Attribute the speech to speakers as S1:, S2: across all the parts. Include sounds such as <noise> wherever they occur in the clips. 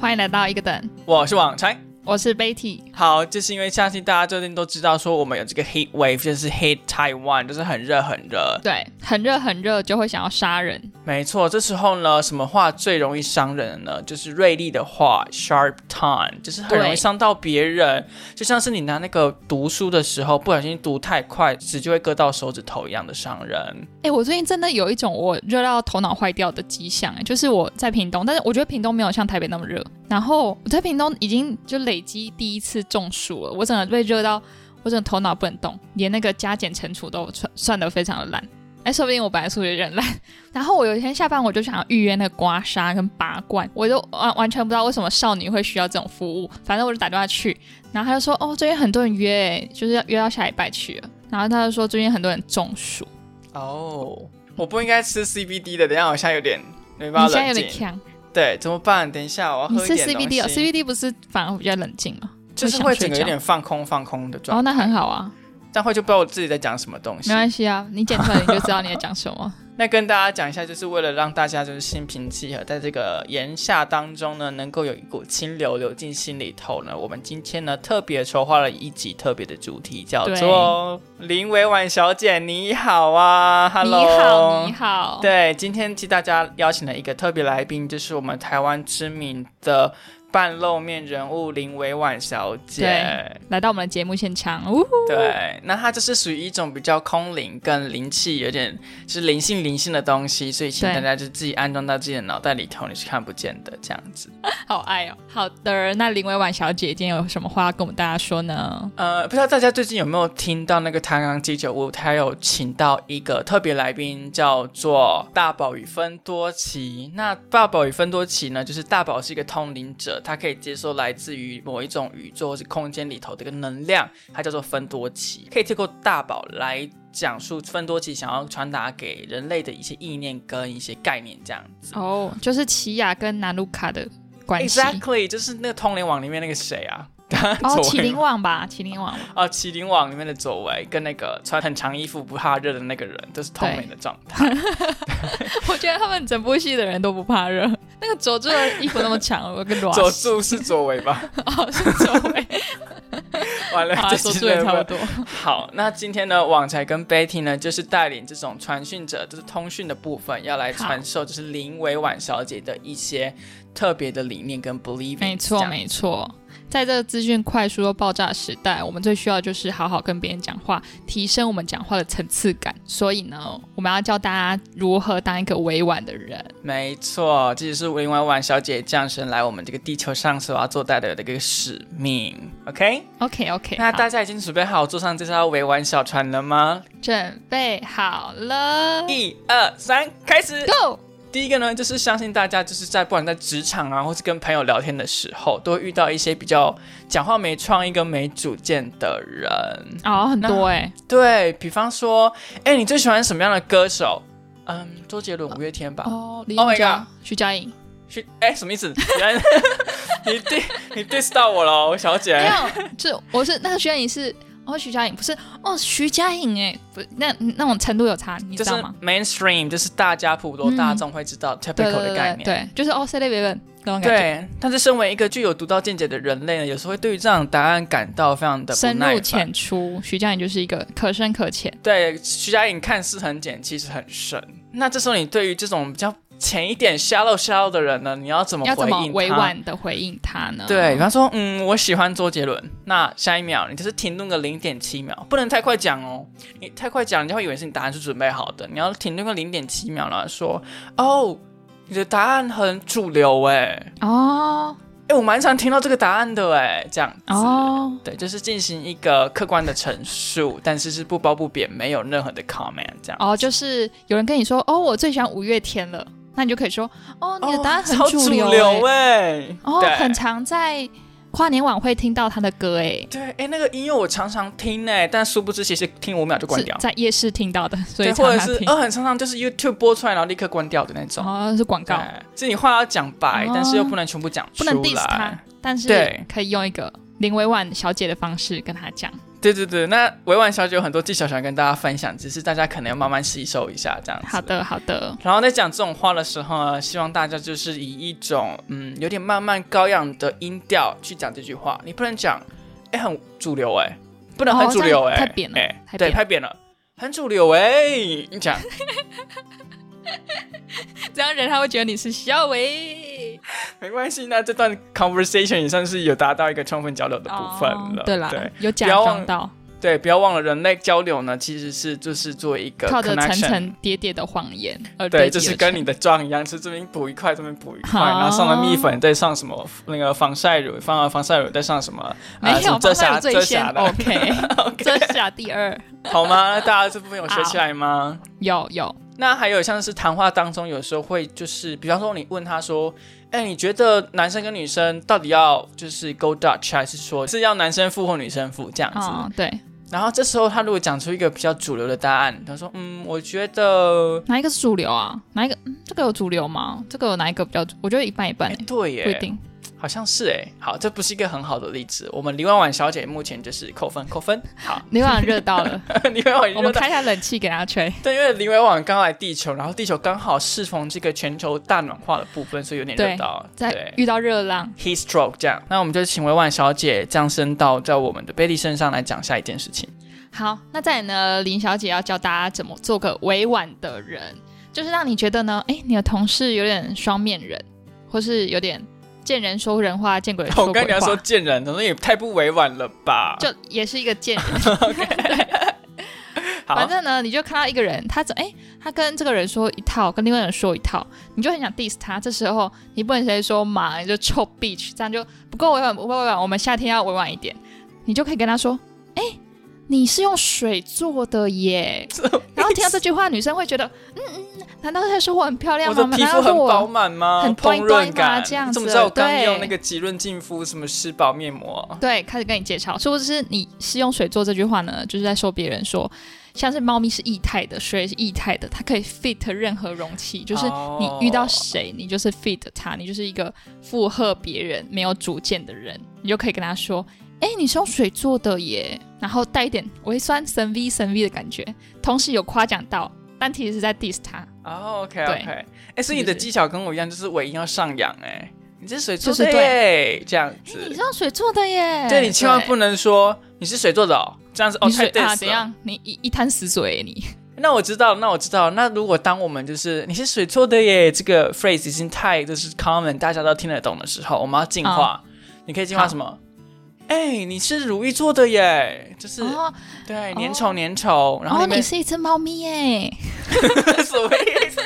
S1: 欢迎来到一个等，
S2: 我是网柴。
S1: 我是 Betty。
S2: 好，就是因为相信大家最近都知道，说我们有这个 heat wave，就是 heat Taiwan，就是很热很热。
S1: 对，很热很热就会想要杀人，
S2: 没错，这时候呢，什么话最容易伤人呢？就是锐利的话，sharp tongue，就是很容易
S1: 对
S2: 伤到别人。就像是你拿那个读书的时候，不小心读太快，纸就会割到手指头一样的伤人。
S1: 哎、我最近真的有一种我热到头脑坏掉的迹象、哎，就是我在屏东，但是我觉得屏东没有像台北那么热。然后我在屏东已经就累积第一次中暑了，我整个被热到，我整个头脑不能动，连那个加减乘除都算算得非常的烂。哎，说不定我本来数学就很烂。然后我有一天下班，我就想要预约那个刮痧跟拔罐，我就完完全不知道为什么少女会需要这种服务。反正我就打电话去，然后他就说：“哦，最近很多人约、哎就是要约到下礼拜去了。”然后他就说：“最近很多人中暑。”
S2: 哦，我不应该吃 CBD 的，等一下我现在有点没
S1: 你
S2: 办
S1: 现
S2: 法
S1: 在有
S2: 冷
S1: 点
S2: 静。
S1: 呛，
S2: 对，怎么办？等一下我要
S1: 你
S2: 喝一
S1: 吃
S2: 点东
S1: CBD 哦
S2: 西。
S1: ，CBD 不是反而比较冷静吗？
S2: 就是会整个有点放空放空的
S1: 哦，
S2: 状态，
S1: 那很好啊，
S2: 但会就不知道我自己在讲什么东西
S1: 没。关系啊，你剪出来你就知道你在讲什么。
S2: 那跟大家讲一下，就是为了让大家就是心平气和，在这个炎夏当中呢，能够有一股清流流进心里头呢。我们今天呢特别筹划了一集特别的主题，叫做林委婉小姐你好啊
S1: 你
S2: <laughs> ，Hello，
S1: 好，你好，
S2: 对，今天替大家邀请了一个特别来宾，就是我们台湾知名的半露面人物林委婉小姐。
S1: 来到我们的节目现场，呜呼，
S2: 对，那它就是属于一种比较空灵跟灵气，有点是灵性灵性的东西，所以请
S1: 对
S2: 大家就自己安装到自己的脑袋里头，你是看不见的这样子。
S1: 好爱哦。好的，那林委婉小姐今天有什么话要跟我们大家说呢？
S2: 呃，不知道大家最近有没有听到那个唐阳鸡酒屋，他有请到一个特别来宾，叫做大宝与芬多奇。那大宝与芬多奇呢，就是大宝是一个通灵者，他可以接收来自于某一种宇宙或是空间里头的一个能量，它叫做芬多奇，可以透过大宝来讲述芬多奇想要传达给人类的一些意念跟一些概念，这样子。
S1: 哦，就是奇雅跟南露卡的关系，
S2: Exactly，就是那个通灵网里面那个谁啊？ <laughs>
S1: 哦，
S2: 左
S1: 麒
S2: 为
S1: 麟网吧，麒麟网吧， <laughs>
S2: 啊，《麒麟网》里面的佐为跟那个穿很长衣服不怕热的那个人，都是同美的状态。
S1: 我觉得他们整部戏的人都不怕热。那个佐助的衣服那么长，我跟罗
S2: 佐助是佐为吧？
S1: 哦是佐
S2: <laughs>
S1: 为，
S2: 完了，
S1: 好啦，啊
S2: 这
S1: 佐
S2: 集
S1: 助也
S2: 真的
S1: 差不多。
S2: 好，那今天呢，网才跟 Betty 呢，就是带领这种传讯者，就是通讯的部分，要来传授，就是林委婉小姐的一些特别的理念跟 believing。
S1: 没错，没错。在这个资讯快速又爆炸的时代，我们最需要就是好好跟别人讲话，提升我们讲话的层次感。所以呢，我们要教大家如何当一个委婉的人。
S2: 没错，这就是林委婉小姐降生来我们这个地球上所要做到的这个使命。OK，
S1: OK OK，
S2: 那大家已经准备好坐上这艘委婉小船了吗？
S1: 准备好了
S2: 一二三，开始。
S1: ，Go！
S2: 第一个呢，就是相信大家就是在不管在职场啊，或是跟朋友聊天的时候，都会遇到一些比较讲话没创意跟没主见的人。
S1: 哦，很多哎、
S2: 对比方说，哎、你最喜欢什么样的歌手？嗯，周杰伦、五月天吧。
S1: 哦，李
S2: Oh my
S1: 永嘉、徐佳莹，
S2: 去，哎、什么意思？原来 <laughs> 你 diss 你 diss 到我了，哦小
S1: 没
S2: 姐。
S1: 有，这我是那个徐佳莹是哦，徐佳莹不是哦，徐佳莹哎、不，那那种程度有差，你
S2: 就
S1: 知
S2: 是
S1: 道吗？
S2: mainstream，就是大家普罗大众会知道 typical
S1: 对
S2: 的
S1: 对
S2: 概
S1: 对
S2: 念。
S1: 对，就是哦 c e l e b r a t 那种感觉。
S2: 对，但是身为一个具有独到见解的人类呢，有时候会对于这样的答案感到非常的不
S1: 深
S2: 耐
S1: 入
S2: 烦。
S1: 浅出，徐佳莹就是一个可深可浅。
S2: 对，徐佳莹看似很简，其实很深。那这时候你对于这种比较浅一点、shallow shallow 的人呢，你要怎么
S1: 要
S2: 回
S1: 怎么
S2: 应他
S1: 委？婉的回应他呢？
S2: 对，比方说，嗯，我喜欢周杰伦。那下一秒，你就是停顿个零点七秒，不能太快讲哦。你太快讲，人家会以为是你答案是准备好的。你要停顿个零点七秒，然后说，哦，你的答案很主流哎，
S1: 哦
S2: 哎，我蛮常听到这个答案的哎，这样子。
S1: 哦，
S2: 对，就是进行一个客观的陈述，但是是不褒不贬，没有任何的 comment 这样。
S1: 哦，就是有人跟你说哦，我最喜欢五月天了，那你就可以说哦，你的答案很
S2: 超
S1: 主流、
S2: 流
S1: 欸，
S2: 哎、
S1: 哦，
S2: 对
S1: 很常在跨年晚会听到他的歌哎。
S2: 对，哎、那个音乐我常常听哎、但殊不知其实听五秒就关
S1: 是
S2: 掉，
S1: 在夜市听到的，所以
S2: 对，或
S1: 常
S2: 者
S1: 常
S2: 是
S1: 听。
S2: 呃，很常常就是 YouTube 播出来然后立刻关掉的那种。
S1: 哦，是广
S2: 对
S1: 告，，
S2: 是你话要讲白，
S1: 哦
S2: 但是又不能全部讲
S1: 不
S2: 出来，
S1: 能 diss 他，但是
S2: 对
S1: 可以用一个林委婉小姐的方式跟她讲。
S2: 对对对，那委婉小姐有很多技巧想跟大家分享，只是大家可能要慢慢吸收一下这样子。
S1: 好的，好的，
S2: 然后在讲这种话的时候呢，希望大家就是以一种嗯有点慢慢高扬的音调去讲这句话，你不能讲哎、很主流哎、不能很
S1: 哦
S2: 主
S1: 这样
S2: 流哎、
S1: 太扁了
S2: 哎
S1: 太
S2: 对，
S1: 扁了
S2: 太扁了，很主流哎、你讲
S1: 这样人他会觉得你是小伟。
S2: 没关系，那这段 conversation 也算是有达到一个充分交流的部分
S1: 哦
S2: 了，
S1: 对啦，
S2: 对
S1: 有假
S2: 不要忘
S1: 装到，
S2: 对，不要忘了人类交流呢其实是就是做一个
S1: 靠着层
S2: 呃 connection
S1: 层叠叠的谎言而
S2: 对，
S1: 堆
S2: 就
S1: 积
S2: 是
S1: 而
S2: 跟
S1: 成
S2: 你的妆一样，是这边补一块，这边补一块，
S1: 好
S2: 然后上了蜜粉，再上什么那个防晒乳，放了防晒乳，再上什么？
S1: 没
S2: 呃、什么
S1: 有
S2: 遮
S1: 放在
S2: 瑕
S1: 我
S2: 遮
S1: 最先
S2: 瑕的
S1: OK，遮 <laughs>
S2: <laughs> OK，
S1: 瑕第二
S2: 好吗？那大家这部分有学起来吗？
S1: 有有
S2: 那还有像是谈话当中，有时候会就是，比方说你问他说：“哎、你觉得男生跟女生到底要就是 go Dutch，还是说是要男生付或女生付这样子？”
S1: 哦，对，
S2: 然后这时候他如果讲出一个比较主流的答案，他说：“嗯，我觉得
S1: 哪一个是主流啊？哪一个嗯这个有主流吗？这个有哪一个比较主？我觉得一半一半
S2: 哎、
S1: 欸，
S2: 对耶，
S1: 不一定。
S2: 好像是哎、好，这不是一个很好的例子。我们李婉婉小姐目前就是扣分，扣分。好， <laughs>
S1: 你晚上热到了，
S2: 李婉婉
S1: 我
S2: 热
S1: 们
S2: 到，
S1: 开一下冷气给他吹。
S2: 对，因为李婉婉刚来地球，然后地球刚好适逢这个全球大暖化的部分，所以有点热到。
S1: 在
S2: 对
S1: 遇到热浪，
S2: ，heat stroke 这样，那我们就请婉婉小姐降生到在我们的 Betty 身上来讲下一件事情。
S1: 好，那再来呢，林小姐要教大家怎么做个委婉的人，就是让你觉得呢，哎，你的同事有点双面人，或是有点见人说人话，见鬼说
S2: <laughs> 哦我
S1: 鬼
S2: 跟你
S1: 话，
S2: 要说见人，总之也太不委婉了吧？
S1: 就也是一个见人。
S2: <laughs> 好
S1: 反，正呢，你就看到一个人，他怎哎、他跟这个人说一套，跟另外一个人说一套，你就很想 diss 他。这时候你不能直接说嘛，你就臭 bitch，这样就不够委婉，不够委婉。我们夏天要委婉一点，你就可以跟他说，哎、你是用水做的耶。 <laughs> 然后听到这句话，女生会觉得，嗯嗯，难道是在说我很漂亮
S2: 我
S1: 吗？
S2: 的
S1: 难
S2: 皮
S1: 道
S2: 肤
S1: 是
S2: 很饱
S1: 我？
S2: 满吗？
S1: 很
S2: 烹润
S1: 乖乖
S2: 感
S1: 吗这样
S2: 你
S1: 子
S2: 怎么知道我刚
S1: 对
S2: 用那个极润净肤什么湿宝面膜？
S1: 对，开始跟你介绍，说不是你是用水做这句话呢，就是在说别人说，像是猫咪是液态的，水是液态的，它可以 fit 任何容器，就是
S2: 哦
S1: 你遇到谁，你就是 fit 他，你就是一个附和别人、没有主见的人，你就可以跟他说：“哎、你是用水做的耶。”然后带一点微酸、神 V、神 V 的感觉，同时有夸奖到，但其实是在 diss 他，
S2: 哦、o k
S1: 对
S2: OK，哎、所以你
S1: 是不
S2: 的
S1: 是
S2: 技巧跟我一样，就是尾音要上扬，哎，你这水做
S1: 就
S2: 的
S1: 是
S2: 耶，这样子，
S1: 你是用水做的耶。
S2: 对你千万不能说你是水做的哦，这样子哦
S1: 哎你水
S2: 太
S1: 啊？
S2: diss
S1: 怎
S2: 了、
S1: 样？你一一滩死水耶你。
S2: 那我知道，那我知道，那如果当我们就是你是水做的耶，这个 phrase 已经太就是 common，大家都听得懂的时候，我们要进化，你可以进化
S1: 哦好
S2: 什么？哎、你是如意做的耶，就是、
S1: 哦，
S2: 对
S1: 哦
S2: 粘稠粘稠，然后
S1: 哦，
S2: 里面、
S1: 你是一只猫咪耶，
S2: <laughs> 什么意思？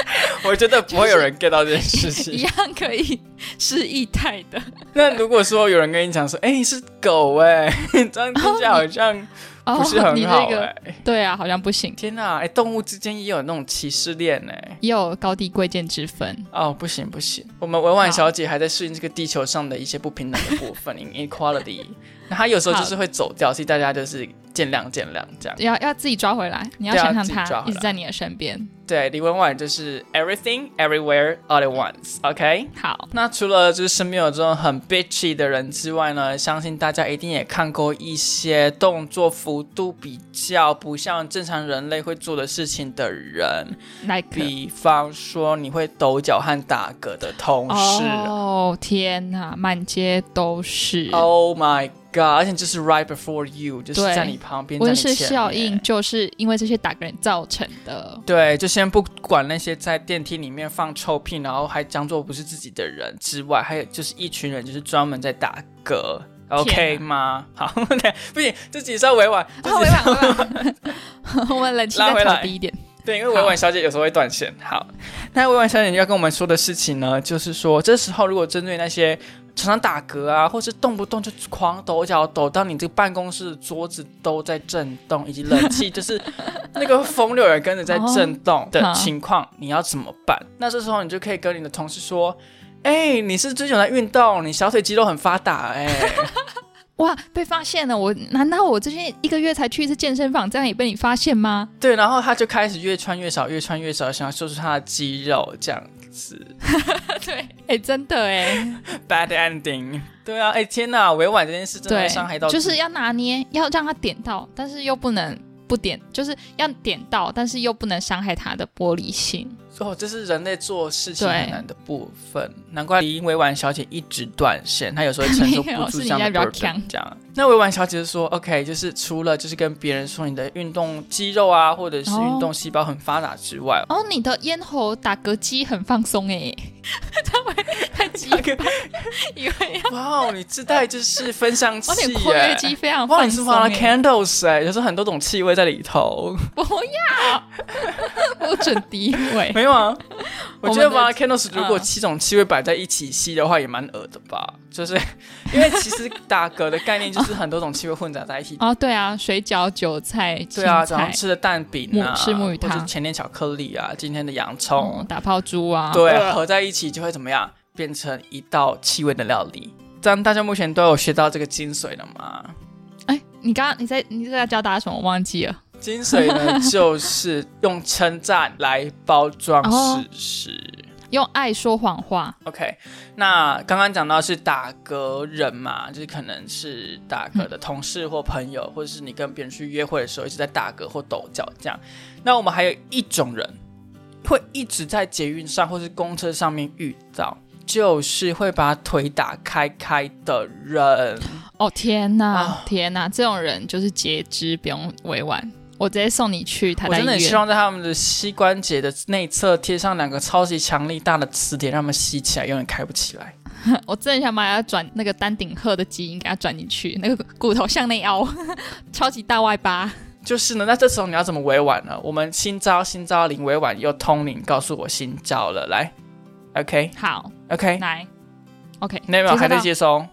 S2: 我觉得不会有人 get 到这件事情
S1: <laughs> 一。样可以是液态的。
S2: <laughs> 那如果说有人跟你讲说，哎、你是狗哎、 <laughs> 这样听起来好像
S1: 哦，
S2: 不是很
S1: 你
S2: 好
S1: 这
S2: 哎、
S1: 个对啊，好像不行，
S2: 天哪、哎、动物之间也有那种歧视链哎、
S1: 也有高低贵贱之分。
S2: 哦，不行不行，我们委婉小姐还在适应这个地球上的一些不平等的部分，inequality。那她有时候就是会走掉，所以大家就是见谅见谅这样。
S1: 要要自己抓回来，你要
S2: 对啊
S1: 想想
S2: 自己抓
S1: 他
S2: 回来
S1: 一直在你的身边。
S2: 对，李婉婉就是 everything everywhere all at once，OK、
S1: 好，
S2: 那除了就是身边有这种很 bitchy 的人之外呢，相信大家一定也看过一些动作幅度比较不像正常人类会做的事情的人，
S1: like
S2: 比方说你会抖脚和打嗝的同事。
S1: 哦天哪，满街都是。
S2: Oh my god！而且就是 right before you，就是
S1: 对
S2: 在你旁边，在
S1: 温
S2: 你
S1: 室
S2: 前
S1: 效
S2: 面
S1: 应就是因为这些打嗝人造成
S2: <laughs>
S1: 的。
S2: 对，就先不管那些在电梯里面放臭屁，然后还装作不是自己的人之外，还有就是一群人就是专门在打嗝，OK 吗？好， <laughs> 对，不行，这己稍微委婉，
S1: 哦，委婉委婉，
S2: <laughs>
S1: 我们冷气
S2: 拉
S1: 再
S2: 回来
S1: 调低一点。
S2: 对，因为委婉小姐有时候会断线。好，那委婉小姐要跟我们说的事情呢，就是说，这时候如果针对那些常常打嗝啊，或是动不动就狂抖脚，抖到你这个办公室的桌子都在震动，以及冷气就是那个风流也跟着在震动的情况，你要怎么办？那这时候你就可以跟你的同事说。哎、你是最近有在运动，你小腿肌肉很发达哎、 <laughs>
S1: 哇，被发现了！我难道我最近一个月才去一次健身房，这样也被
S2: <laughs>
S1: 你发现吗？
S2: 对，然后他就开始越穿越少，越穿越少，想要收出他的肌肉这样子
S1: 对，哎、真的哎，
S2: ，bad ending。对啊，哎、天哪，委婉这件事真的
S1: 对
S2: 会伤害到，
S1: 就是要拿捏，要让他点到，但是又不能不点，就是要点到，但是又不能伤害他的玻璃心。
S2: 哦，这是人类做事情
S1: 对
S2: 很难的部分，难怪林委婉小姐一直断线，她有时候承
S1: <laughs>
S2: 受
S1: 没有
S2: 不住
S1: 是人
S2: 这样
S1: 家
S2: 的
S1: 比较
S2: burden
S1: 强
S2: 这样。那委婉小姐就说，OK，就是除了就是跟别人说你的运动肌肉啊，或者是
S1: 哦
S2: 运动细胞很发达
S1: <laughs>
S2: 之外，
S1: 哦，你的咽喉打嗝机很放松哎， <laughs> 他会他肌
S2: 那个
S1: 以为要
S2: 哇哦，你自带就是分香
S1: <laughs>
S2: 器
S1: 哦，你括约
S2: 耶。
S1: 肌非常
S2: 哇，
S1: 放
S2: 你是
S1: 松
S2: 花了
S1: 哎，
S2: candles 哎、就是很多种气味在里头。
S1: 不要， <laughs> 不准诋毁。
S2: 没
S1: <laughs>
S2: 有啊，我觉得
S1: 欸我们
S2: 吧
S1: 的
S2: ，candles 如果
S1: 嗯
S2: 七种气味摆在一起吸的话，也蛮恶的吧？就是 <laughs> 因为其实打嗝的概念就是很多种气味混杂在一起。
S1: <laughs> 哦，对啊，水饺、韭菜、
S2: 对啊，
S1: 青
S2: 早上
S1: 菜，
S2: 吃的蛋饼啊，
S1: 木吃木鱼
S2: 或者
S1: 汤
S2: 前天巧克力啊，今天的洋
S1: 嗯
S2: 葱，，
S1: 打泡猪啊，
S2: 对，合在一起就会怎么样？变成一道气味的料理。咱大家目前都有学到这个精髓了吗？
S1: 哎，你刚刚你在你这个要教大家什么？我忘记了。
S2: 精髓
S1: <laughs>
S2: 呢，就是用称赞来包装
S1: 哦
S2: 事实。
S1: 用爱说谎话，
S2: OK，那刚刚讲到是打嗝人嘛，就是可能是打嗝的同事或朋友，或者是你跟别人去约会的时候一直在打嗝或抖脚这样。那我们还有一种人，会一直在捷运上或是公车上面遇到，就是会把腿打开开的人。
S1: 哦天哪，
S2: 啊
S1: 天哪，这种人就是截肢，不用委婉，我直接送你去台
S2: 我
S1: 大
S2: 真的很
S1: 医
S2: 希
S1: 院。
S2: 望在他们的膝关节的内侧贴上两个超级强力大的磁铁，让他们吸起来，永远开不起来。
S1: 我真的想把他转那个丹顶鹤的基因给他转进去，那个骨头向内凹， <laughs> 超级大外八。
S2: 就是呢，那这时候你要怎么委婉呢？我们新招新招零委婉又通灵，告诉我新招了，来，OK
S1: 好，
S2: OK，
S1: 来，OK，
S2: 你有没有
S1: 接收
S2: 哎还在
S1: 到
S2: 接收？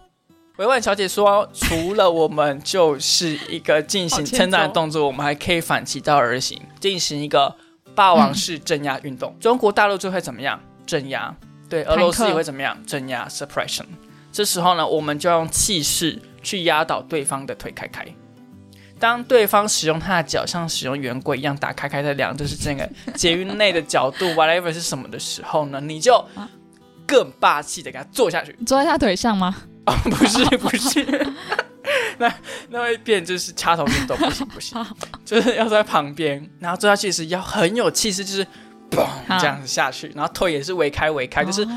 S2: 委婉小姐说，除了我们就是一个进
S1: 好
S2: 行
S1: 欠揍
S2: 称赞的动作，我们还可以反其道而行，进行一个霸王式镇压运动。中国大陆就会怎么样？镇压。对，俄罗斯
S1: 坦克
S2: 也会怎么样？镇压 （suppression）。这时候呢，我们就用气势去压倒对方的腿开开。当对方使用他的脚像使用圆规一样打开开的量，就是这个 <laughs> 捷运内的角度 whatever 是什么的时候呢，你就更霸气的给他坐下去。
S1: 坐在他腿上吗？
S2: 哦，
S1: <laughs>
S2: 不是不是， <laughs> 那那会变就是插头运动，
S1: <laughs>
S2: 不行不行，就是要在旁边，然后坐下去是要很有气势，就是嘣
S1: 好
S2: 这样子下去，然后腿也是围开围开，就是
S1: 哦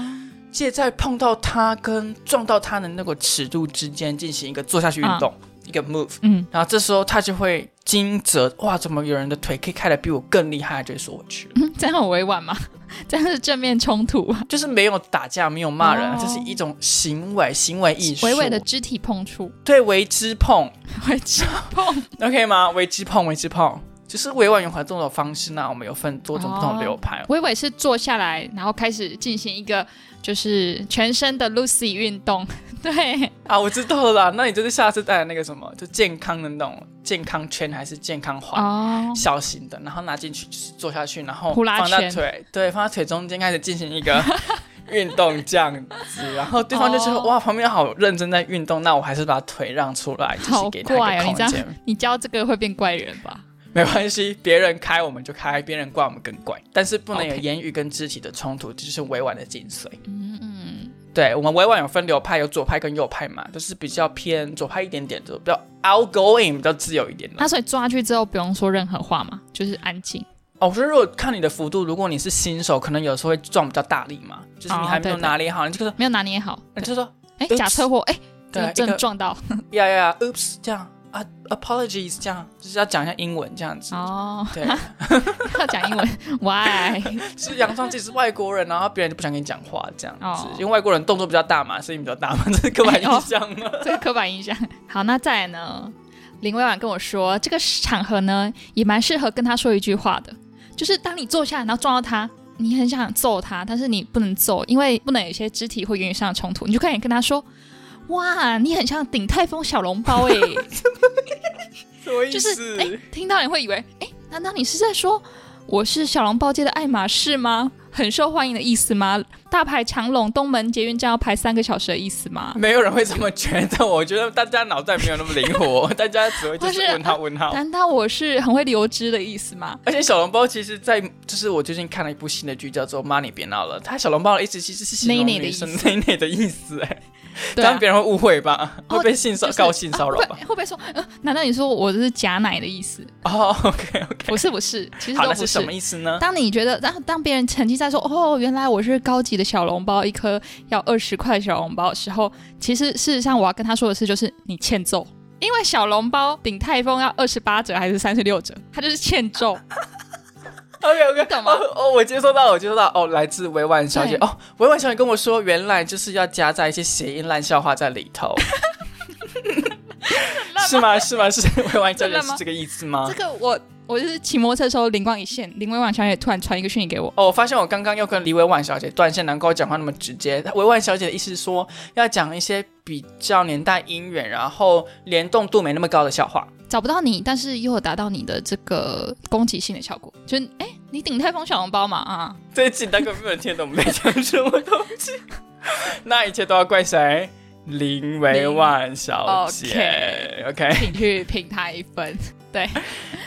S2: 介在碰到他跟撞到他的那个尺度之间进行一个坐下去运动，一个 move，
S1: 嗯，
S2: 然后这时候他就会惊蛰，哇，怎么有人的腿可以开的比我更厉害？就会说我去了，
S1: 嗯这样很委婉吗？ <laughs> 这样是正面冲突啊，
S2: 就是没有打架，没有骂人，
S1: 哦
S2: 这是一种行为行为艺术，
S1: 微微的肢体碰触，
S2: 对为之碰。
S1: 微肢碰。
S2: <laughs> OK 吗？为之碰，为之碰，就是委婉圆滑动作方式。那我们有分多种不同流派。
S1: 我以为是坐下来，然后开始进行一个就是全身的 Lucy 运动。 <laughs> 对，
S2: 啊，我知道了啦。那你就是下次带来那个什么，就健康的那种健康圈还是健康环，
S1: 哦，
S2: 小型的，然后拿进去就是坐下去，然后
S1: 呼啦
S2: 放在
S1: 圈
S2: 腿，对，放在腿中间开始进行一
S1: <laughs>
S2: 个运动这样子。然后对方就觉得、
S1: 哦
S2: 哇，旁边好认真在运动，那我还是把腿让出来，就是
S1: 好
S2: 给他一
S1: 怪
S2: 个
S1: 哦你
S2: 空
S1: 这样
S2: 间。
S1: 你教这个会变怪人吧？
S2: 没关系，别人开我们就开，别人怪我们更怪，但是不能有
S1: OK
S2: 言语跟肢体的冲突，这就是委婉的精髓。
S1: 嗯嗯，
S2: 对我们委婉有分流派，有左派跟右派嘛，就是比较偏左派一点点，就比较 outgoing，比较自由一点的。
S1: 那所以抓去之后不用说任何话嘛，就是安静。
S2: 哦，我说如果看你的幅度，如果你是新手，可能有时候会撞比较大力嘛，就是你
S1: 哦
S2: 还没有
S1: 对对
S2: 拿捏好，你就说，
S1: 没有拿捏好，
S2: 你就说，
S1: 哎，
S2: Oops
S1: 假车祸，哎，
S2: 对，一
S1: 正
S2: 个
S1: 撞到，
S2: 呀呀呀，oops，这样啊，apologies，这样就是要讲一下英文这样
S1: <laughs>
S2: 子。
S1: 哦，
S2: 对，
S1: <laughs> 要讲英文 <laughs> ，Why？
S2: 是佯装自己是外国人，然后别人就不想跟你讲话这样子，
S1: 哦
S2: 因为外国人动作比较大嘛，声音比较大嘛， <laughs> 这是刻板印象嘛。
S1: 这个刻板印象。好，那再来呢？林委婉跟我说，这个场合呢也蛮适合跟他说一句话的，就是当你坐下来然后撞到他，你很想揍他，但是你不能揍，因为不能有一些肢体或言语上的冲突，你就可以跟他说。哇，你很像顶泰丰小笼包哎、
S2: 什么意
S1: 就
S2: 思？
S1: 是 <laughs> 哎、听到人会以为哎、难道你是在说我是小笼包界的爱马仕吗？很受欢迎的意思吗？大排长龙，东门捷运站要排三个小时的意思吗？
S2: 没有人会这么觉得。我觉得大家脑袋没有那么灵活， <laughs> 大家只会就是
S1: 或是
S2: 问
S1: <laughs>
S2: 号问号。
S1: 难道我是很会流汁的意思吗？
S2: 而且小笼包其实在，就是我最近看了一部新的剧叫做《妈你别闹了》，它小笼包的意思其实是形容
S1: 内内的
S2: 女生
S1: 意思
S2: 内内的意思，哎，
S1: <laughs> 对
S2: 当
S1: 啊、
S2: 然别人会误会吧，
S1: 哦
S2: 会被性骚
S1: 就是
S2: 告性骚扰
S1: 啊
S2: 吧？
S1: 会会不会说、呃，难道你说我是假奶的意思？
S2: 哦，OK OK，
S1: 不是不是，其实
S2: 好，
S1: 都
S2: 那
S1: 不
S2: 是什么意思
S1: <laughs>
S2: 呢？
S1: 当你觉得，当当别人沉浸在说“哦，原来我是高级的小笼包，一颗要二十块的小笼包”的时候，其实事实上我要跟他说的是，就是你欠揍，因为小笼包顶泰丰要二十八折还是三十六折，他就是欠
S2: <laughs>
S1: 揍。
S2: OK OK，
S1: 你懂吗
S2: 哦哦，我接收到，我接收到，哦，来自委婉小姐，
S1: 对
S2: 哦，委婉小姐跟我说，原来就是要加在一些谐音烂笑话在里头，是吗？是吗？是委婉小
S1: 真
S2: 姐
S1: 的吗
S2: 是这个意思吗
S1: 这？个我我就是骑摩托车的时候灵光一现，林威婉小姐突然传一个讯息给我，
S2: 哦，我发现我刚刚又跟李委婉小姐断线，难怪我讲话那么直接。委婉小姐的意思是说，要讲一些比较年代姻缘，然后联动度没那么高的笑 <laughs> 话。
S1: 找不到你，但是又有达到你的这个攻击性的效果，就是哎，你顶泰丰小笼包嘛啊，
S2: 这一集大概没有人听懂我们在讲什么东西。 <laughs> 那一切都要怪谁？林委婉小姐。OK，
S1: 请去评他一分。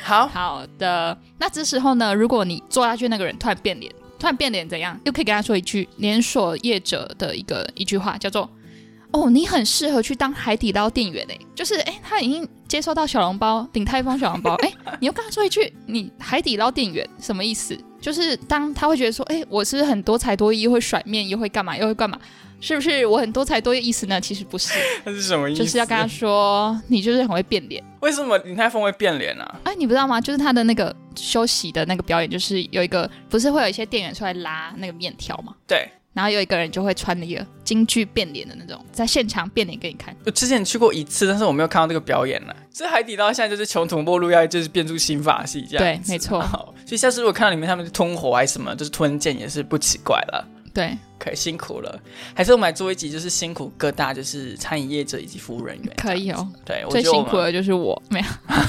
S2: 好，
S1: 好的，那这时候呢，如果你做下去那个人突然变脸，突然变脸怎样？又可以跟他说一句连锁业者的一个一句话，叫做“哦，你很适合去当海底捞店员诶、就是诶、他已经接收到小笼包，顶泰丰小笼包， <laughs> 诶、你又跟他说一句你海底捞店员什么意思？就是当他会觉得说，诶，我是不是很多才多艺，又会甩面，又会干嘛，又会干嘛？是不是我很多才多艺的意思呢？其实不是，
S2: 那是 <laughs> 什么意思？
S1: 就是要跟他说，你就是很会变脸。
S2: 为什么林泰峰会变脸啊？
S1: 哎，你不知道吗？就是他的那个休息的那个表演，就是有一个不是会有一些店员出来拉那个面条嘛，
S2: 对
S1: 然后有一个人就会穿那个京剧变脸的那种，在现场变脸给你看。
S2: 我之前去过一次，但是我没有看到这个表演了。这海底捞现在就是穷途末路，要就是变出新法系这样子。
S1: 对没错
S2: 好所以下次如果看到里面他们吞火还是什么，就是吞剑也是不奇怪了。
S1: 对，
S2: 可以辛苦了，还是我们来做一集，就是辛苦各大就是餐饮业者以及服务人员。
S1: 可以哦。
S2: 对，我
S1: 最
S2: 觉得
S1: 辛
S2: 我们
S1: 苦的就是我，没有。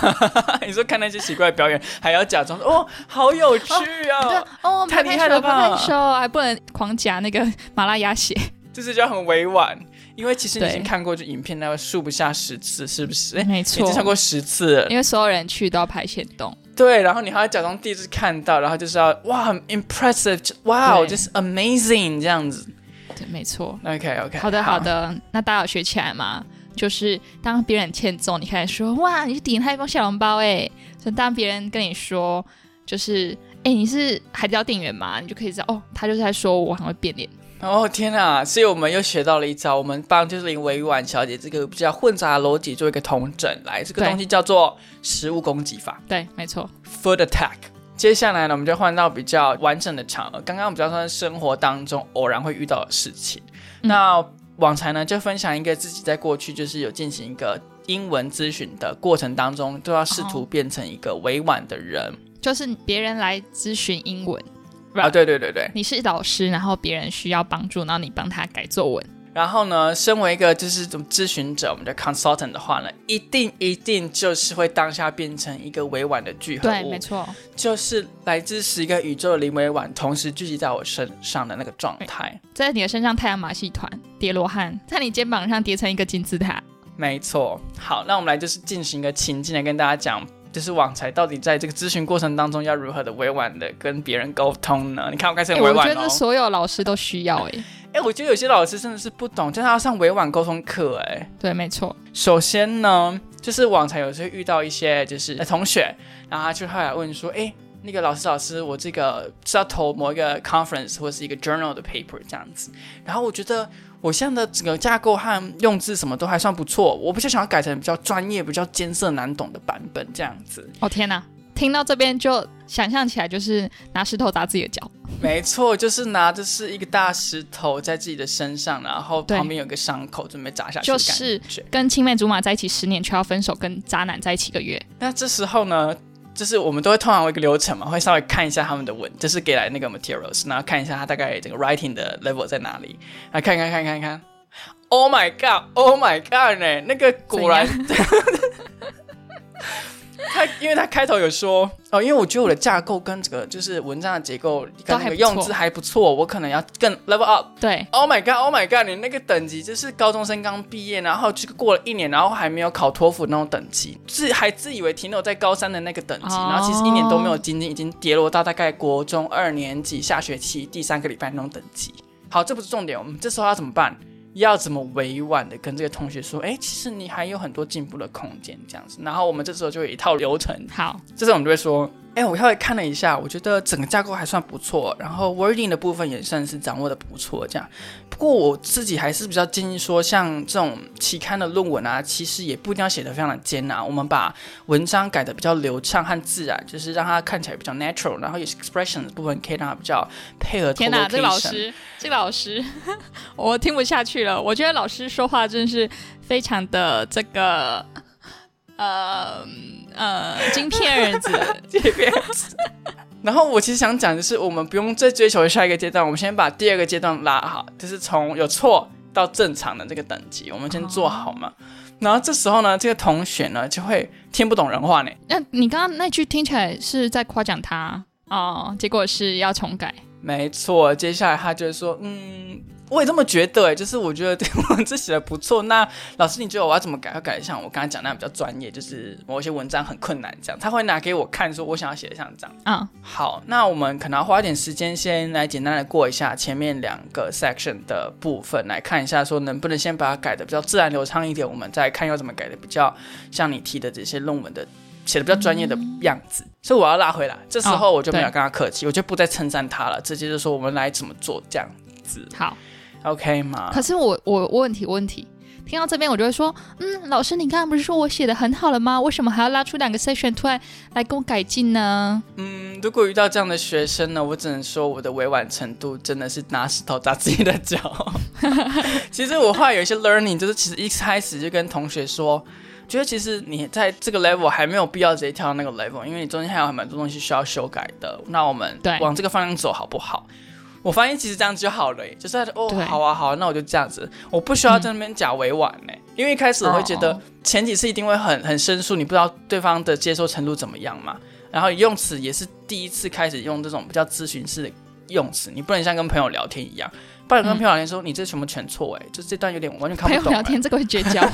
S2: <laughs> 你说看那些奇怪的表演，还要假装说哦，好有趣
S1: <laughs> 对
S2: 哦，
S1: 哦，
S2: 太厉害了吧
S1: 拍拍手拍拍手还不能狂夹那个麻辣鸭血。
S2: 就是就很委婉。因为其实你已
S1: 对
S2: 经看过这影片，那个数不下十次，是不是？哎，
S1: 没
S2: 你已经
S1: 错，
S2: 看过十次了，
S1: 因为所有人去都要排线动。
S2: 对，然后你还要假装第一次看到，然后就是要哇，很 impressive，就哇，
S1: 对
S2: 就是 amazing 这样子。
S1: 对，没错。
S2: OK OK，
S1: 好的，好，的，那大家有学起来吗？就是当别人欠揍，你开始说哇，你是顶泰丰小笼包哎、所以当别人跟你说就是哎、你是海底捞店员吗？你就可以知道哦，他就是在说我很会变脸。
S2: 哦天啊！所以我们又学到了一招，我们帮就是林委婉小姐这个比较混杂的逻辑做一个统整来，这个
S1: 对
S2: 东西叫做食物攻击法。
S1: 对，没错，
S2: Food Attack。接下来呢，我们就换到比较完整的场合。刚刚我们比较算是生活当中偶然会遇到的事情。
S1: 嗯
S2: 那网才呢，就分享一个自己在过去就是有进行一个英文咨询的过程当中，都要试图
S1: 哦
S2: 变成一个委婉的人。
S1: 就是别人来咨询英文，
S2: 啊，对对对对。
S1: 你是老师，然后别人需要帮助，然后你帮他改作文。
S2: 然后呢，身为一个就是这种咨询者，我们的 consultant 的话呢，一定一定就是会当下变成一个委婉的聚合
S1: 对，
S2: 物
S1: 没，错，
S2: 就是来自十个宇宙的林委婉同时聚集在我身上的那个状态。
S1: 在你的身上太阳马戏团叠罗汉，在你肩膀上叠成一个金字塔。
S2: 没错，好，那我们来就是进行一个情境来跟大家讲，就是网才到底在这个咨询过程当中要如何的委婉的跟别人沟通呢？你看我开始
S1: 哎
S2: 很委
S1: 我
S2: 婉
S1: 觉
S2: 哦
S1: 得。所有老师都需要哎、
S2: 哎、我觉得有些老师真的是不懂，叫他要上委婉沟通课。哎，
S1: 对，没错，
S2: 首先呢，就是网才有时候遇到一些就是、呃同学，然后他就后来问说，哎、那个老师，老师，我这个是要投某一个 conference 或是一个 journal 的 paper 这样子，然后我觉得我现在的整个架构和用字什么都还算不错，我比较想要改成比较专业、比较艰涩难懂的版本这样
S1: <laughs>
S2: 子。
S1: 哦天哪！听到这边就想象起来，就是拿石头砸自己的脚。
S2: 没错，就是拿着是一个大石头在自己的身上，然后
S1: 对
S2: 旁边有个伤口准备砸下去，
S1: 就是。跟青梅竹马在一起十年，却要分手；跟渣男在一起一个月，
S2: 那这时候呢，就是我们都会通常有一个流程嘛，会稍微看一下他们的文，就是给来那个 materials，然后看一下他大概整个 writing 的 level 在哪里，来看看看看看。Oh 哎 my god! Oh my god! 呢、那个果然， <laughs> 他因为他开头有说哦，因为我觉得我的架构跟这个就是文章的结构跟那
S1: 还
S2: 个
S1: 不错
S2: 用字还不错，我可能要更 level up。
S1: 对
S2: Oh my god, Oh my god！你那个等级就是高中生刚毕业，然后就过了一年，然后还没有考托福那种等级，自还自以为停留在高三的那个等级，
S1: 哦
S2: 然后其实一年都没有精进，已经跌落到大概国中二年级下学期第三个礼拜那种等级。好，这不是重点，我们这时候要怎么办？要怎么委婉的跟这个同学说，哎，其实你还有很多进步的空间，这样子。然后我们这时候就有一套流程，
S1: 好，
S2: 这时候我们就会说，哎、我稍微看了一下，我觉得整个架构还算不错，然后 wording 的部分也算是掌握的不错，这样。不过我自己还是比较建议说，像这种期刊的论文啊，其实也不一定要写的非常的艰难，我们把文章改的比较流畅和自然，就是让它看起来比较 natural，然后也是 expression 的部分可以让它比较配合 collocation。
S1: 天哪，这老师，这老师， <laughs> 我听不下去了。我觉得老师说话真是非常的这个，呃呃，金片儿子。
S2: 这边。 <laughs> 然后我其实想讲的是，我们不用再追求下一个阶段，我们先把第二个阶段拉好，就是从有错到正常的这个等级，我们先做好嘛。然后这时候呢，这个同学呢就会听不懂人话呢。
S1: 那你刚刚那句听起来是在夸奖他哦，结果是要重改。
S2: 没错，接下来他就会说，嗯，我也这么觉得，就是我觉得对我这写的不错。那老师，你觉得我要怎么改？要改得像我刚才讲那样比较专业，就是某些文章很困难这样。他会拿给我看，说我想要写的像这样。
S1: 啊、
S2: 好，那我们可能要花一点时间，先来简单的过一下前面两个 section 的部分，来看一下说能不能先把它改的比较自然流畅一点，我们再看要怎么改的比较像你提的这些论文的写的比较专业的样子。所以我要拉回来，这时候
S1: 哦
S2: 我就没有
S1: 对
S2: 跟他客气，我就不再称赞他了，直接就说我们来怎么做这样子
S1: 好。
S2: ，OK 吗？
S1: 可是我我我问题我问题，听到这边我就会说，嗯，老师，你刚刚不是说我写的很好了吗？为什么还要拉出两个 section 突然来跟我改进呢？
S2: 嗯，如果遇到这样的学生呢，我只能说我的委婉程度真的是拿石头砸自己的
S1: <laughs>
S2: 脚。其实我后来有一些 learning，就是其实一开始就跟同学说，觉得其实你在这个 level 还没有必要直接跳到那个 level，因为你中间还有蛮多东西需要修改的。那我们
S1: 对
S2: 往这个方向走好不好？我发现其实这样就好了耶，就是哦
S1: 对，
S2: 好啊，好啊，那我就这样子，我不需要在那边假委婉呢，因为一开始我会觉得
S1: 哦
S2: 前几次一定会很很生疏，你不知道对方的接受程度怎么样嘛。然后用词也是第一次开始用这种比较咨询式的用词，你不能像跟朋友聊天一样，不然跟朋友聊天说、你这全部全错哎、就是这段有点我完全看
S1: 嗯朋友
S2: 不懂、啊哎
S1: 聊天这个会绝
S2: <laughs>
S1: 交，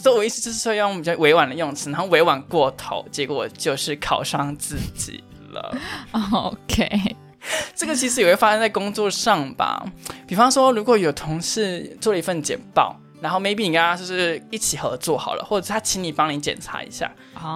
S2: 所以我意思就是说要用比较委婉的用词，然后委婉过头，结果就是烤伤自己了。
S1: <laughs> 哦 OK，
S2: 这个其实也会发生在工作上吧。比方说，如果有同事做了一份简报，然后 maybe 你跟他就是一起合作好了，或者他请你帮你检查一下，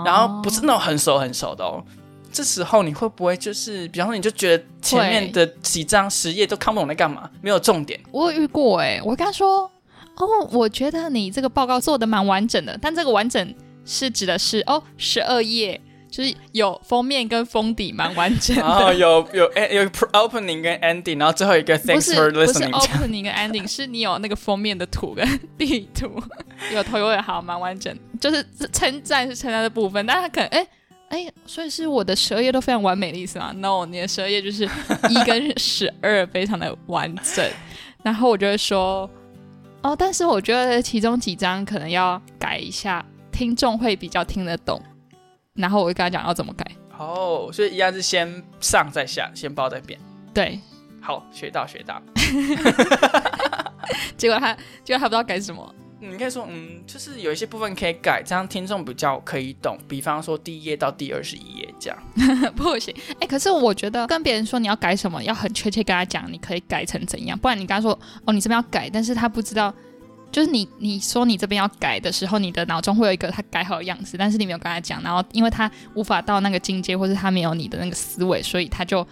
S2: 然后不
S1: 哦
S2: 是那种很熟很熟的哦。这时候你会不会就是，比方说你就觉得前面的几张十页都看不懂在干嘛，没有
S1: <laughs>
S2: 重点，
S1: 我有遇过哎、我跟他说，哦，我觉得你这个报告做的蛮完整的，但这个完整是指的是哦十二页，就是有封面跟封底蛮完整的。
S2: 然后有有哎有 opening 跟 ending，然后最后一个
S1: 不
S2: thanks
S1: 是
S2: for
S1: 不是
S2: listening， <laughs>
S1: opening 跟 ending，是你有那个封面的图跟地图，有头有尾，好，蛮完整。就是称赞是称赞的部分，但他可能哎哎、所以是我的十二页都非常完美的意思吗？No，你的十二页就是一跟十二非常的完整。然后我就会说，哦，但是我觉得其中几张可能要改一下，听众会比较听得懂。然后我就跟他讲要怎么改，
S2: 哦，所以一样是先上再下，先包再扁。
S1: 对，
S2: 好，学到学到。
S1: 结果他结果他不知道改什么，
S2: 你可以说，嗯，就是有一些部分可以改，这样听众比较可以懂。比方说第一页到第二十一页这样。
S1: <laughs> 不行，哎、可是我觉得跟别人说你要改什么，要很确切跟他讲，你可以改成怎样，不然你跟他说哦，你这边要改，但是他不知道，就是你你说你这边要改的时候，你的脑中会有一个他改好的样子，但是你没有跟他讲，然后因为他无法到那个境界，或是他没有你的那个思维，所以他就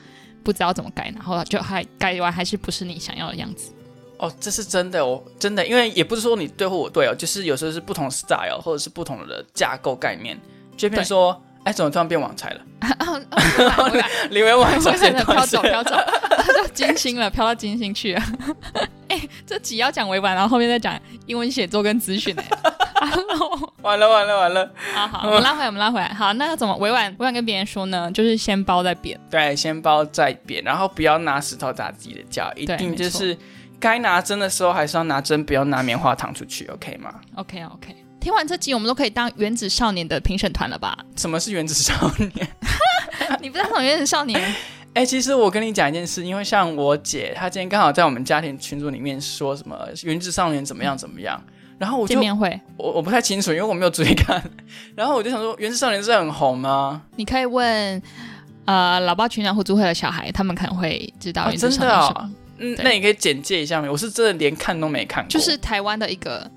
S1: 不知道怎么改，然后就还改完还是不是你想要的样子。
S2: 哦，这是真的哦，真的，因为也不是说你对或我对哦，就是有时候是不同 style 或者是不同的架构概念。就变成说，哎，怎么突然变网才了？ <laughs>
S1: 哦哦我改
S2: 李维网才
S1: 我 <laughs>
S2: 这
S1: 真的
S2: 段
S1: 飘
S2: 是
S1: 走飘走，到金星了，飘到金星去了。 <laughs> 哎、这集要讲委婉，然后后面再讲英文写作跟咨询 <laughs> 哎。
S2: 完了完了完了。
S1: 好好，我们拉回来，我们拉回来。好，那要怎么委婉委婉跟别人说呢？就是先包再扁。
S2: 对，先包再扁，然后不要拿石头砸自己的脚，一
S1: 对
S2: 定
S1: 没
S2: 就
S1: 错
S2: 是该拿针的时候还是要拿针，不要拿棉花糖出去，OK 吗？
S1: OK OK，听完这集，我们都可以当原子少年的评审团了吧？
S2: 什么是原子少年？
S1: <laughs>
S2: <laughs>
S1: 你不是那种原子少 <laughs> 年，
S2: 哎、其实我跟你讲一件事，因为像我姐，她今天刚好在我们家庭群组里面说什么原子少年怎么样怎么样，然后我
S1: 见
S2: 就
S1: 面会，
S2: 我我不太清楚，因为我没有追看， <laughs> 然后我就想说原子少年是很红吗？
S1: 你可以问呃老爸取暖互助会的小孩，他们可能会知道
S2: 哦
S1: 原子少
S2: 真的
S1: 年
S2: 哦
S1: 什么。
S2: 嗯，
S1: 对
S2: 那你可以简介一下吗？我是真的连看都没看过，
S1: 就是台湾的一个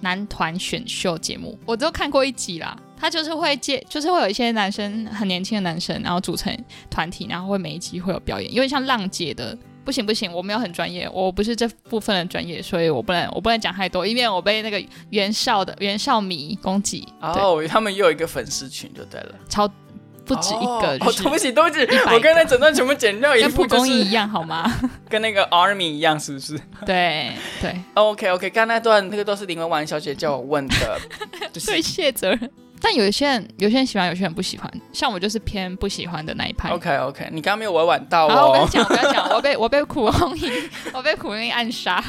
S1: 男团选秀节目，我只有看过一集啦。他就是会接，就是会有一些男生很年轻的男生，然后组成团体，然后会每一集会有表演，有点像浪姐的。不行不行，我没有很专业，我不是这部分的专业，所以我不能我不能讲太多，因为我被那个袁绍的袁绍迷攻击，对，
S2: 哦，他们又有一个粉丝群就对了，
S1: 超不止一个，
S2: 哦
S1: 就
S2: 哦，
S1: 是
S2: 对不起，对不起
S1: 100，个
S2: 我刚才整段全部剪掉，一
S1: 跟蒲
S2: 部就
S1: 公英
S2: 是
S1: 一样好
S2: <laughs>
S1: 吗？
S2: 跟那个 Army 一样，是不是
S1: 对对，
S2: ？OK OK，刚才那段那个都是林文婉小姐叫我问
S1: <laughs>
S2: 的，就是
S1: 对卸责任。但有些人有些人喜欢，有些人不喜欢，像我就是偏不喜欢的那一派。
S2: OK OK，你刚刚没有委婉到
S1: 好，我不要
S2: 哦。
S1: 讲，我不要讲，我 <laughs> 被我被苦红英，我被苦红英暗杀。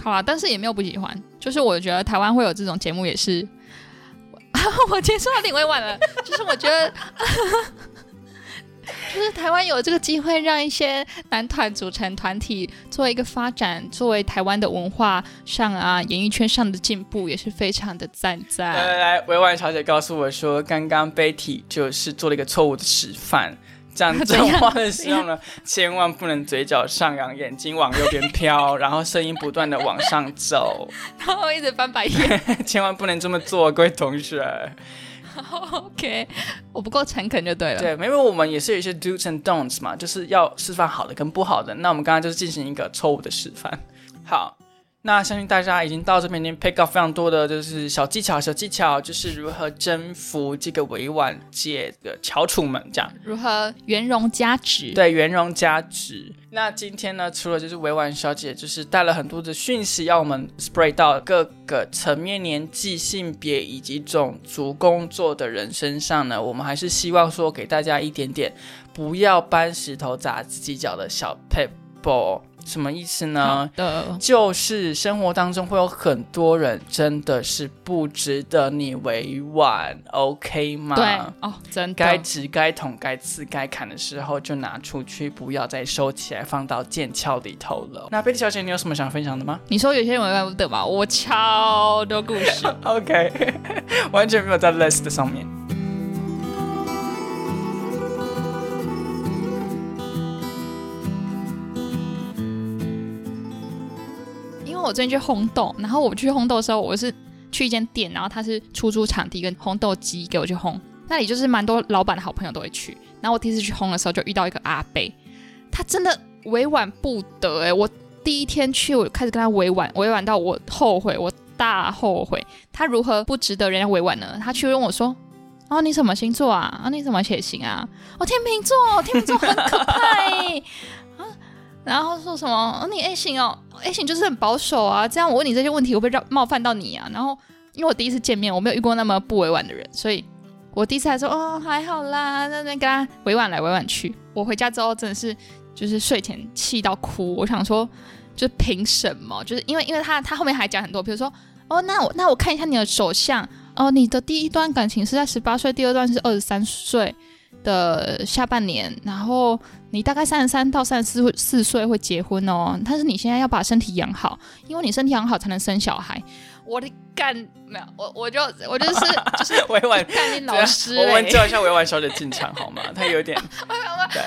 S1: 好啦，但是也没有不喜欢，就是我觉得台湾会有这种节目也是，啊 <laughs> 我接受到挺委婉了，就是我觉得。就是台湾有这个机会，让一些男团组成团体做一个发展，作为台湾的文化上啊、演艺圈上的进步，也是非常的赞赞。
S2: 来来来，委婉小姐告诉我说，刚刚 Betty 就是做了一个错误的示范。讲这
S1: 怎样
S2: 种话的时候呢， <laughs> 千万不能嘴角上扬，眼睛往右边飘，然后声音不断的往上走，
S1: <laughs> 然后一直翻白眼。
S2: 千万不能这么做，各位同学。
S1: OK，我不够诚恳就对了。
S2: 对，因为我们也是有一些 do's and don'ts 嘛，就是要示范好的跟不好的。那我们刚刚就是进行一个错误的示范。好，那相信大家已经到这边已经 pick up 非常多的就是小技巧，小技巧就是如何征服这个委婉界的翘楚们这样。
S1: 如何圆融加值？
S2: 对，圆融加值。那今天呢，除了就是委婉小姐，就是带了很多的讯息，要我们 spray 到各个层面、年纪、性别以及种族、工作的人身上呢，我们还是希望说给大家一点点不要搬石头砸自己脚的小 pebble，什么意思呢
S1: 好？的，
S2: 就是生活当中会有很多人真的是不值得你委婉，OK 吗？
S1: 对哦，真
S2: 啊该
S1: 的，
S2: 指、该捅、该刺、该砍的时候就拿出去，不要再收起来，放到剑鞘里头了。那贝蒂小姐，你有什么想分享的吗
S1: 你说有些人委婉不得嘛？我超多故事。
S2: ？OK，完 <laughs> 全没有在 list 上面。 <laughs>
S1: 因为我最近去烘豆，然后我去烘豆的时候，我是去一间店，然后它是出租场地跟烘豆机给我去烘，那里就是蛮多老板的好朋友都会去。然后我第一次去烘的时候，就遇到一个阿贝，他真的委婉不得哎、我第一天去，我开始跟他委婉，委婉到我后悔，我大后悔。他如何不值得人家委婉呢？他去问我说：“哦，你什么星座啊？啊，你什么血型啊？哦，天秤座，天秤座很 <laughs> 可怕哎、然后说什么、哦、你 A 型哦，A 型就是很保守啊，这样我问你这些问题会不会让冒犯到你啊？然后因为我第一次见面，我没有遇过那么不委婉的人，所以我第一次还说哦还好啦，在那边跟他委婉来委婉去。我回家之后真的是就是睡前气到哭，我想说就是凭什么？就是因为因为他他后面还讲很多，比如说哦那我那我看一下你的手相哦，你的第一段感情是在十八岁，第二段是二十三岁的下半年，然后。你大概三十三到三十四四岁会结婚哦，但是你现在要把身体养好，因为你身体养好才能生小孩。我的干没有，我我就我就是就是
S2: 委婉
S1: 干你老师、
S2: 我们
S1: 欸，
S2: 叫一下委婉小姐进场好吗？她
S1: <laughs>
S2: 有点对，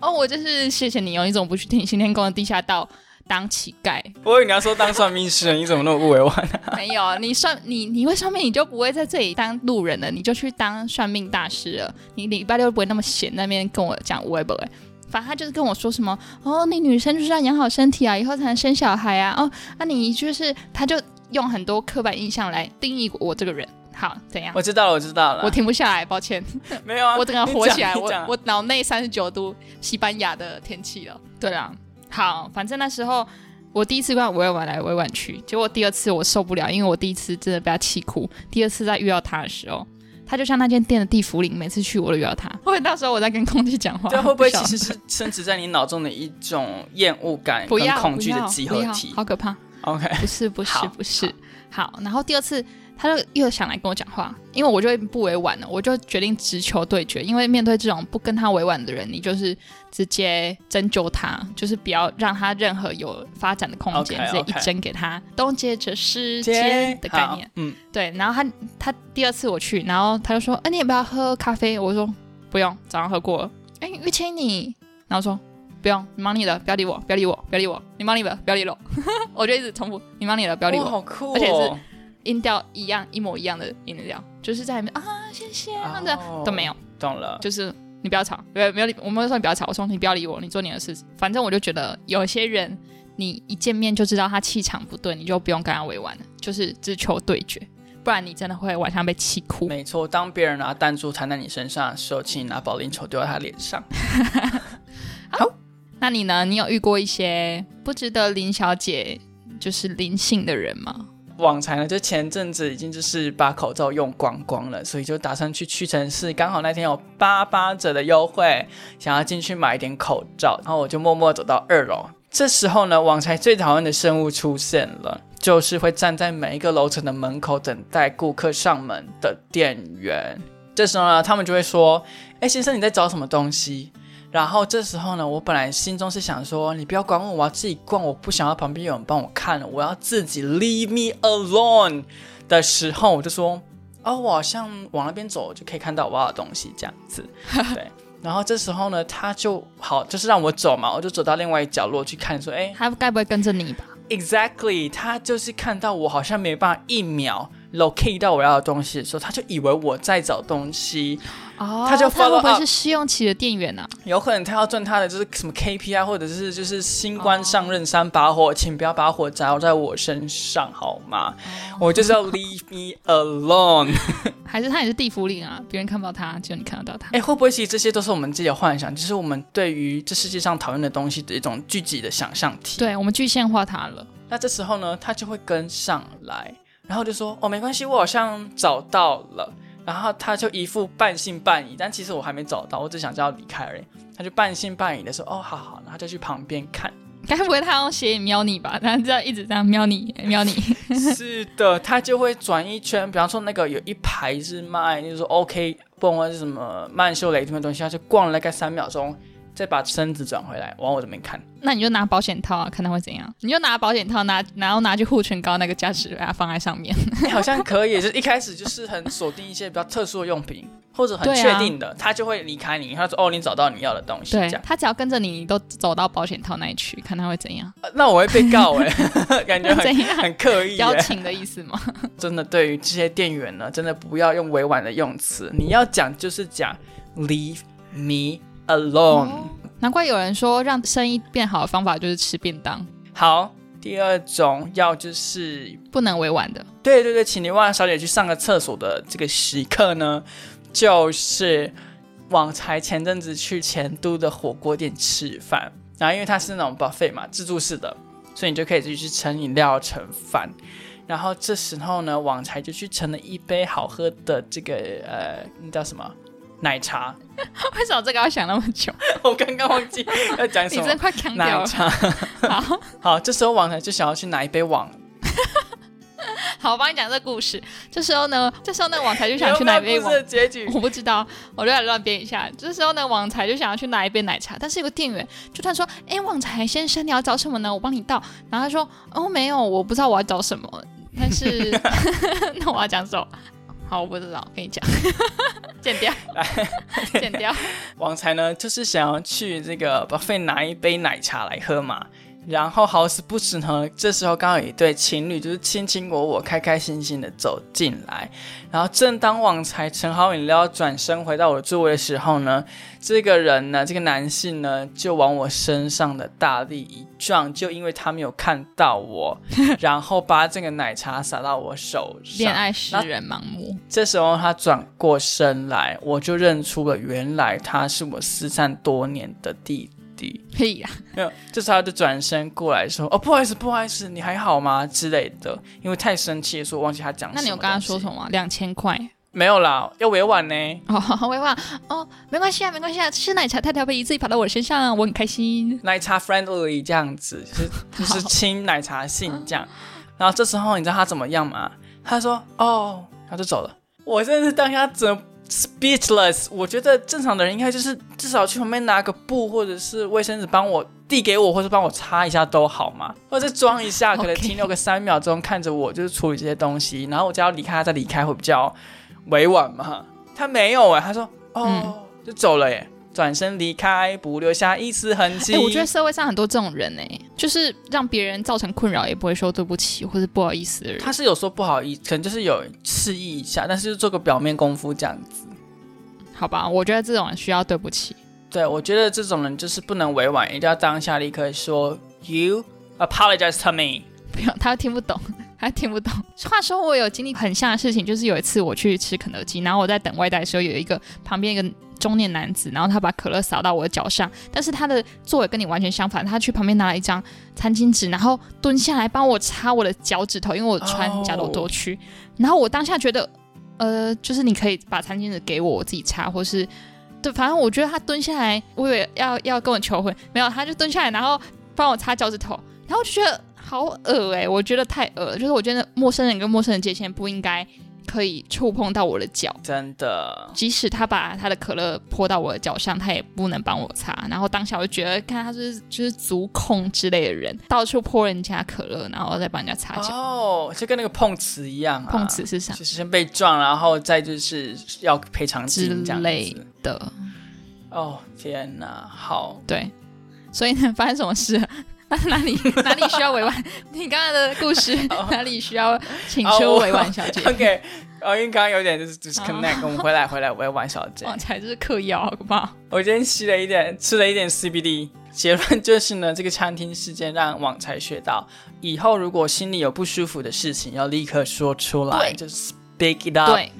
S1: 哦，我就是谢谢你哦，你怎么不去听新天宫的地下道当乞丐？
S2: 我以为你要说当算命师，你怎么那么不委婉？ <laughs>
S1: 没有，你算你你会算命，你就不会在这里当路人了，你就去当算命大师了。你礼拜六不会那么闲，那边跟我讲无为不为。反正他就是跟我说什么哦，你女生就是要养好身体啊，以后才能生小孩啊。哦，那、你就是他就用很多刻板印象来定义我这个人。好，怎样？
S2: 我知道了，我知道了。
S1: 我停不下来，抱歉，
S2: 没有啊，
S1: 我整个火起来，
S2: 你讲
S1: 我
S2: 你讲
S1: 我脑内三十九度西班牙的天气了。对
S2: 啊
S1: 啦，好，反正那时候我第一次跟他委婉来委婉去，结果第二次我受不了，因为我第一次真的被他气哭，第二次再遇到他的时候。他就像那间店的地府灵，每次去我都遇到他。 <laughs> 会不会到时候我在跟空气讲话？
S2: 对，会不会
S1: 晓
S2: 其
S1: 得
S2: 实
S1: <laughs>
S2: 是升值在你脑中的一种厌恶感
S1: 不
S2: 跟
S1: 要
S2: 恐惧
S1: 不
S2: 的
S1: 要
S2: 集
S1: 不
S2: 合
S1: 要
S2: 体
S1: 好可怕！
S2: ？OK，
S1: 不是不是
S2: 好
S1: 不是，好。然后第二次他就又想来跟我讲话，因为我就不委婉了，我就决定直球对决，因为面对这种不跟他委婉的人，你就是直接针灸他，就是不要让他任何有发展的空间
S2: OK，OK
S1: 直接一针给他，东接着世
S2: 接
S1: 界的概念。，
S2: 好嗯，
S1: 对，然后他他第二次我去，然后他就说：“哎、你要不要喝咖啡？”我说：“不用，早上喝过了。哎，玉清你，然后说：“不用，你忙你的，不要理我，不要理我，不要理我，你忙你的，不要理我。” <laughs> 我就一直重复：“你忙你的，不要理
S2: 哇
S1: 我。
S2: 好酷、哦，
S1: 而且是音调一样，一模一样的音调，就是在里面啊，谢谢，那个、
S2: 哦
S1: 都没有，
S2: 懂了，
S1: 就是你不要吵，没有没有理，我没有说你不要吵，我说你不要理我，你做你的事。反正我就觉得有些人，你一见面就知道他气场不对，你就不用跟他委婉了，就是只求对决，不然你真的会晚上被气哭。
S2: 没错。当别人拿弹珠弹在你身上的时候，请你拿保龄球丢在他脸上。
S1: 那你呢？你有遇过一些不值得林小姐就是灵性的人吗？
S2: 往常呢，就前阵子已经就是把口罩用光光了，所以就打算去屈臣氏，刚好那天有八八折的优惠，想要进去买一点口罩，然后我就默默走到二楼。这时候呢，往常最讨厌的生物出现了，就是会站在每一个楼层的门口等待顾客上门的店员。这时候呢，他们就会说：“哎，先生，你在找什么东西？”然后这时候呢，我本来心中是想说，你不要管我，我要自己逛，我不想要旁边有人帮我看，我要自己 leave me alone 的时候，我就说，哦，我好像往那边走就可以看到我要的东西这样子， <laughs> 对。然后这时候呢，他就好，就是让我走嘛，我就走到另外一角落去看，说，哎
S1: 他该不会跟着你吧？
S2: ，exactly，他就是看到我好像没办法一秒 locate 到我要的东西的时候，他就以为我在找东西，
S1: 哦
S2: 他就
S1: 他会
S2: follow
S1: 不会
S2: up
S1: 是试用期的店员啊呢、
S2: 有可能他要赚他的就是什么 KPI，或者是就是新官上任三把火，请不要把火砸在我身上好吗？我就是要 leave me <laughs> alone。
S1: 还是他也是地府灵啊？别人看不到他，只有你看得到他。
S2: 哎、会不会其实这些都是我们自己的幻想，就是我们对于这世界上讨厌的东西的一种聚集的想象体？
S1: 对我们具现化他了。
S2: 那这时候呢，他就会跟上来，然后就说：“哦，没关系，我好像找到了。”然后他就一副半信半疑，但其实我还没找到，我只想叫他离开而已。他就半信半疑的说：“哦，好好。”然后他就去旁边看。
S1: 该不会他用斜眼瞄你吧？他这样一直这样瞄你，瞄你。 <laughs>
S2: 是的，他就会转一圈，比方说那个有一排是卖，就是说 OK 泵或是什么曼秀雷这的东西，他就逛了大概三秒钟，再把身子转回来往我这边
S1: <laughs>
S2: 看。
S1: 那你就拿保险套啊，看他会怎样。你就拿保险套拿，然后拿去护唇膏那个价值，把它啊放在上
S2: <laughs>
S1: 面。
S2: 哎好像可以，就是一开始就是很锁定一些比较特殊的用品，或者很
S1: 对啊
S2: 确定的，他就会离开你，他说哦，你找到你要的东西，这
S1: 对
S2: 样、
S1: 他只要跟着你，你都走到保险套那里去，看他会怎
S2: <laughs>
S1: 样，
S2: 呃那我会被告
S1: <laughs>
S2: 哎、感觉很
S1: 怎样
S2: 很刻意、
S1: 啊邀
S2: 欸。
S1: 请的意思吗？ <laughs>
S2: 真的，对于这些店员呢，真的不要用委婉的用词，你要讲就是讲 leave me alone。
S1: 难怪有人说让生意变好的方法就是吃便当，
S2: 好，第二种要就是，
S1: 不能委婉的。 <laughs>
S2: 对对对，请你万小姐去上个厕所的这个时刻呢，就是往才前阵子去前都的火锅店吃饭，然后因为它是那种 buffet 嘛，自助式的，所以你就可以自己去盛饮料、盛饭。然后这时候呢，往才就去盛了一杯好喝的这个呃，那叫什么奶茶？ <laughs>
S1: 为什么这个要想那么久？
S2: 我刚刚忘
S1: <laughs>
S2: 记要讲
S1: 你
S2: 什么
S1: 真。快扛掉
S2: 奶
S1: 了。
S2: 茶
S1: 好
S2: 好，这时候往才就想要去拿一杯网
S1: 好，我帮你讲这个故事。这时候呢，这时候呢，网台就想去哪边
S2: 有没有故事的结局？
S1: <laughs> 我不知道，我就来乱编一下。这时候呢，网才就想要去拿一杯奶茶，但是有个店员就突然说：“哎，网才先生，你要找什么呢？我帮你倒。”然后他说：“哦，没有，我不知道我要找什
S2: <laughs>
S1: 么，但是 <laughs> 那我要讲什么？好，我不知道，跟你讲， <laughs> 剪
S2: <laughs>
S1: 掉，剪掉。
S2: 王才呢，就是想要去这个 buffet 拿一杯奶茶来喝嘛。然后好死不死呢，这时候刚好有一对情侣，就是卿卿我我、开开心心的走进来。然后正当旺财盛好饮料，转身回到我的座位的时候呢，这个人呢，这个男性呢，就往我身上的大力一撞，就因为他没有看
S1: <laughs>
S2: 到我，然后把这个奶茶洒到我手上。
S1: 恋爱使人盲目，
S2: 这时候他转过身来，我就认出了，原来他是我失散多年的弟弟。
S1: 屁呀、
S2: 没有，这时候他就转身过来说：“哦，不好意思，不好意思，你还好吗？”之类的，因为太生气了，所以我忘记他讲什么。
S1: 那你有跟他说什
S2: 么？
S1: 么吗？两千块
S2: 没有啦，要委婉呢。
S1: 哦，微忘哦，没关系啊，没关系啊，吃奶茶太调皮，自己跑到我身上，我很开心。
S2: 奶茶
S1: <laughs>
S2: friendly 这样子，就是就是
S1: 好
S2: 亲奶茶性这样。然后这时候你知道他怎么样吗？他说哦，然后就走了。我真的是当下整个 speechless。我觉得正常的人应该就是至少去旁边拿个布或者是卫生纸帮我递给我，或者帮我擦一下都好嘛，或者装一下，可能
S1: <laughs> OK
S2: 停留个三秒钟看着我就是处理这些东西，然后我只要离开他再离开会比较委婉嘛。他没有哎、他说哦、
S1: 嗯
S2: 就走了耶，转身离开，不留下一丝痕迹。
S1: 哎、我觉得社会上很多这种人哎、就是让别人造成困扰，也不会说对不起或是不好意思的人。
S2: 他是有说不好意思，可能就是有示意一下，但是就做个表面功夫这样子。
S1: 好吧，我觉得这种人需要对不起。
S2: 对，我觉得这种人就是不能委婉，一定要当下立刻说 “You apologize to me”。
S1: 不用，他听不懂，他听不懂。话说我有经历很像的事情，就是有一次我去吃肯德基，然后我在等外带的时候，有一个旁边一个中年男子，然后他把可乐洒到我的脚上，但是他的座位跟你完全相反，他去旁边拿了一张餐巾纸，然后蹲下来帮我擦我的脚趾头，因为我穿
S2: 哦
S1: 夹斗多区。然后我当下觉得，呃，就是你可以把餐巾纸给我，我自己擦，或是。对，反正我觉得他蹲下来，我以为要要跟我求婚，没有，他就蹲下来，然后帮我擦脚趾头，然后我就觉得好恶哎、我觉得太恶了，就是我觉得陌生人跟陌生人界限不应该可以触碰到我的脚，
S2: 真的，
S1: 即使他把他的可乐泼到我的脚上，他也不能帮我擦。然后当下我就觉得，看他是就是足控之类的人，到处泼人家可乐，然后再帮人家擦
S2: <laughs>
S1: 脚。啊
S2: 哦，就跟那个碰瓷一样、啊，
S1: 碰瓷是啥
S2: 就是先被撞，然后再就是要赔偿
S1: 之
S2: 金这样
S1: 类
S2: 子。
S1: 的，
S2: 哦，天哪，好，
S1: 对。所以呢，发生什么事了？ <laughs> 那哪里哪里需要委婉？你刚才的故
S2: <laughs>
S1: 事哪里需要请
S2: 哦
S1: 出
S2: 我
S1: 委婉小 <laughs> 姐？哦
S2: OK，哦， <laughs> 因为刚刚有点就
S1: <laughs>
S2: 是 disconnect，、我们回来回来，我要玩小姐。
S1: 哇，才是嗑药，好不好？
S2: 我今天吸了一点，吃了一点 CBD。结论就是呢，这个餐厅事件让网才学到，以后如果心里有不舒服的事情，要立刻说出来，
S1: 对
S2: 就是 speak it up,
S1: 对，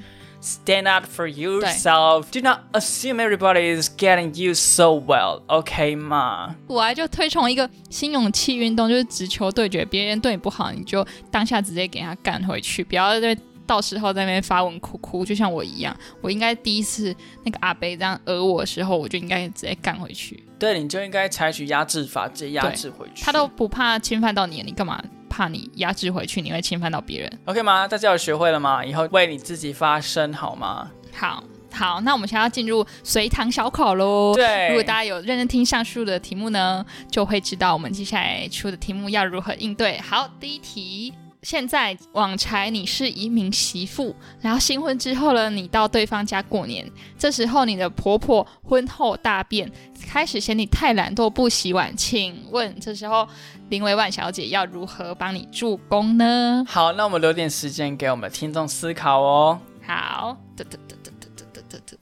S2: stand up for yourself. Do not assume everybody is getting you so well, OK 吗？
S1: 我还就推崇一个新勇气运动，就是直球对决，别人对你不好，你就当下直接给他干回去，不要在到时候在那边发文哭哭，就像我一样，我应该第一次那个阿北这样讹我的时候，我就应该直接干回去。
S2: 对，你就应该采取压制法，直接压制回去。
S1: 他都不怕侵犯到你，你干嘛怕你压制回去？你会侵犯到别人？
S2: OK 吗？大家有学会了吗？以后为你自己发声好吗？
S1: 好好，那我们现在要进入随堂小考喽。
S2: 对，
S1: 如果大家有认真听上述的题目呢，就会知道我们接下来出的题目要如何应对。好，第一题，现在网柴你是一名媳妇，然后新婚之后呢，你到对方家过年，这时候你的婆婆婚后大便，开始嫌你太懒惰不洗碗，请问这时候林维万小姐要如何帮你助攻呢？
S2: 好，那我们留点时间给我们的听众思考哦。
S1: 好，得得得得得得得得。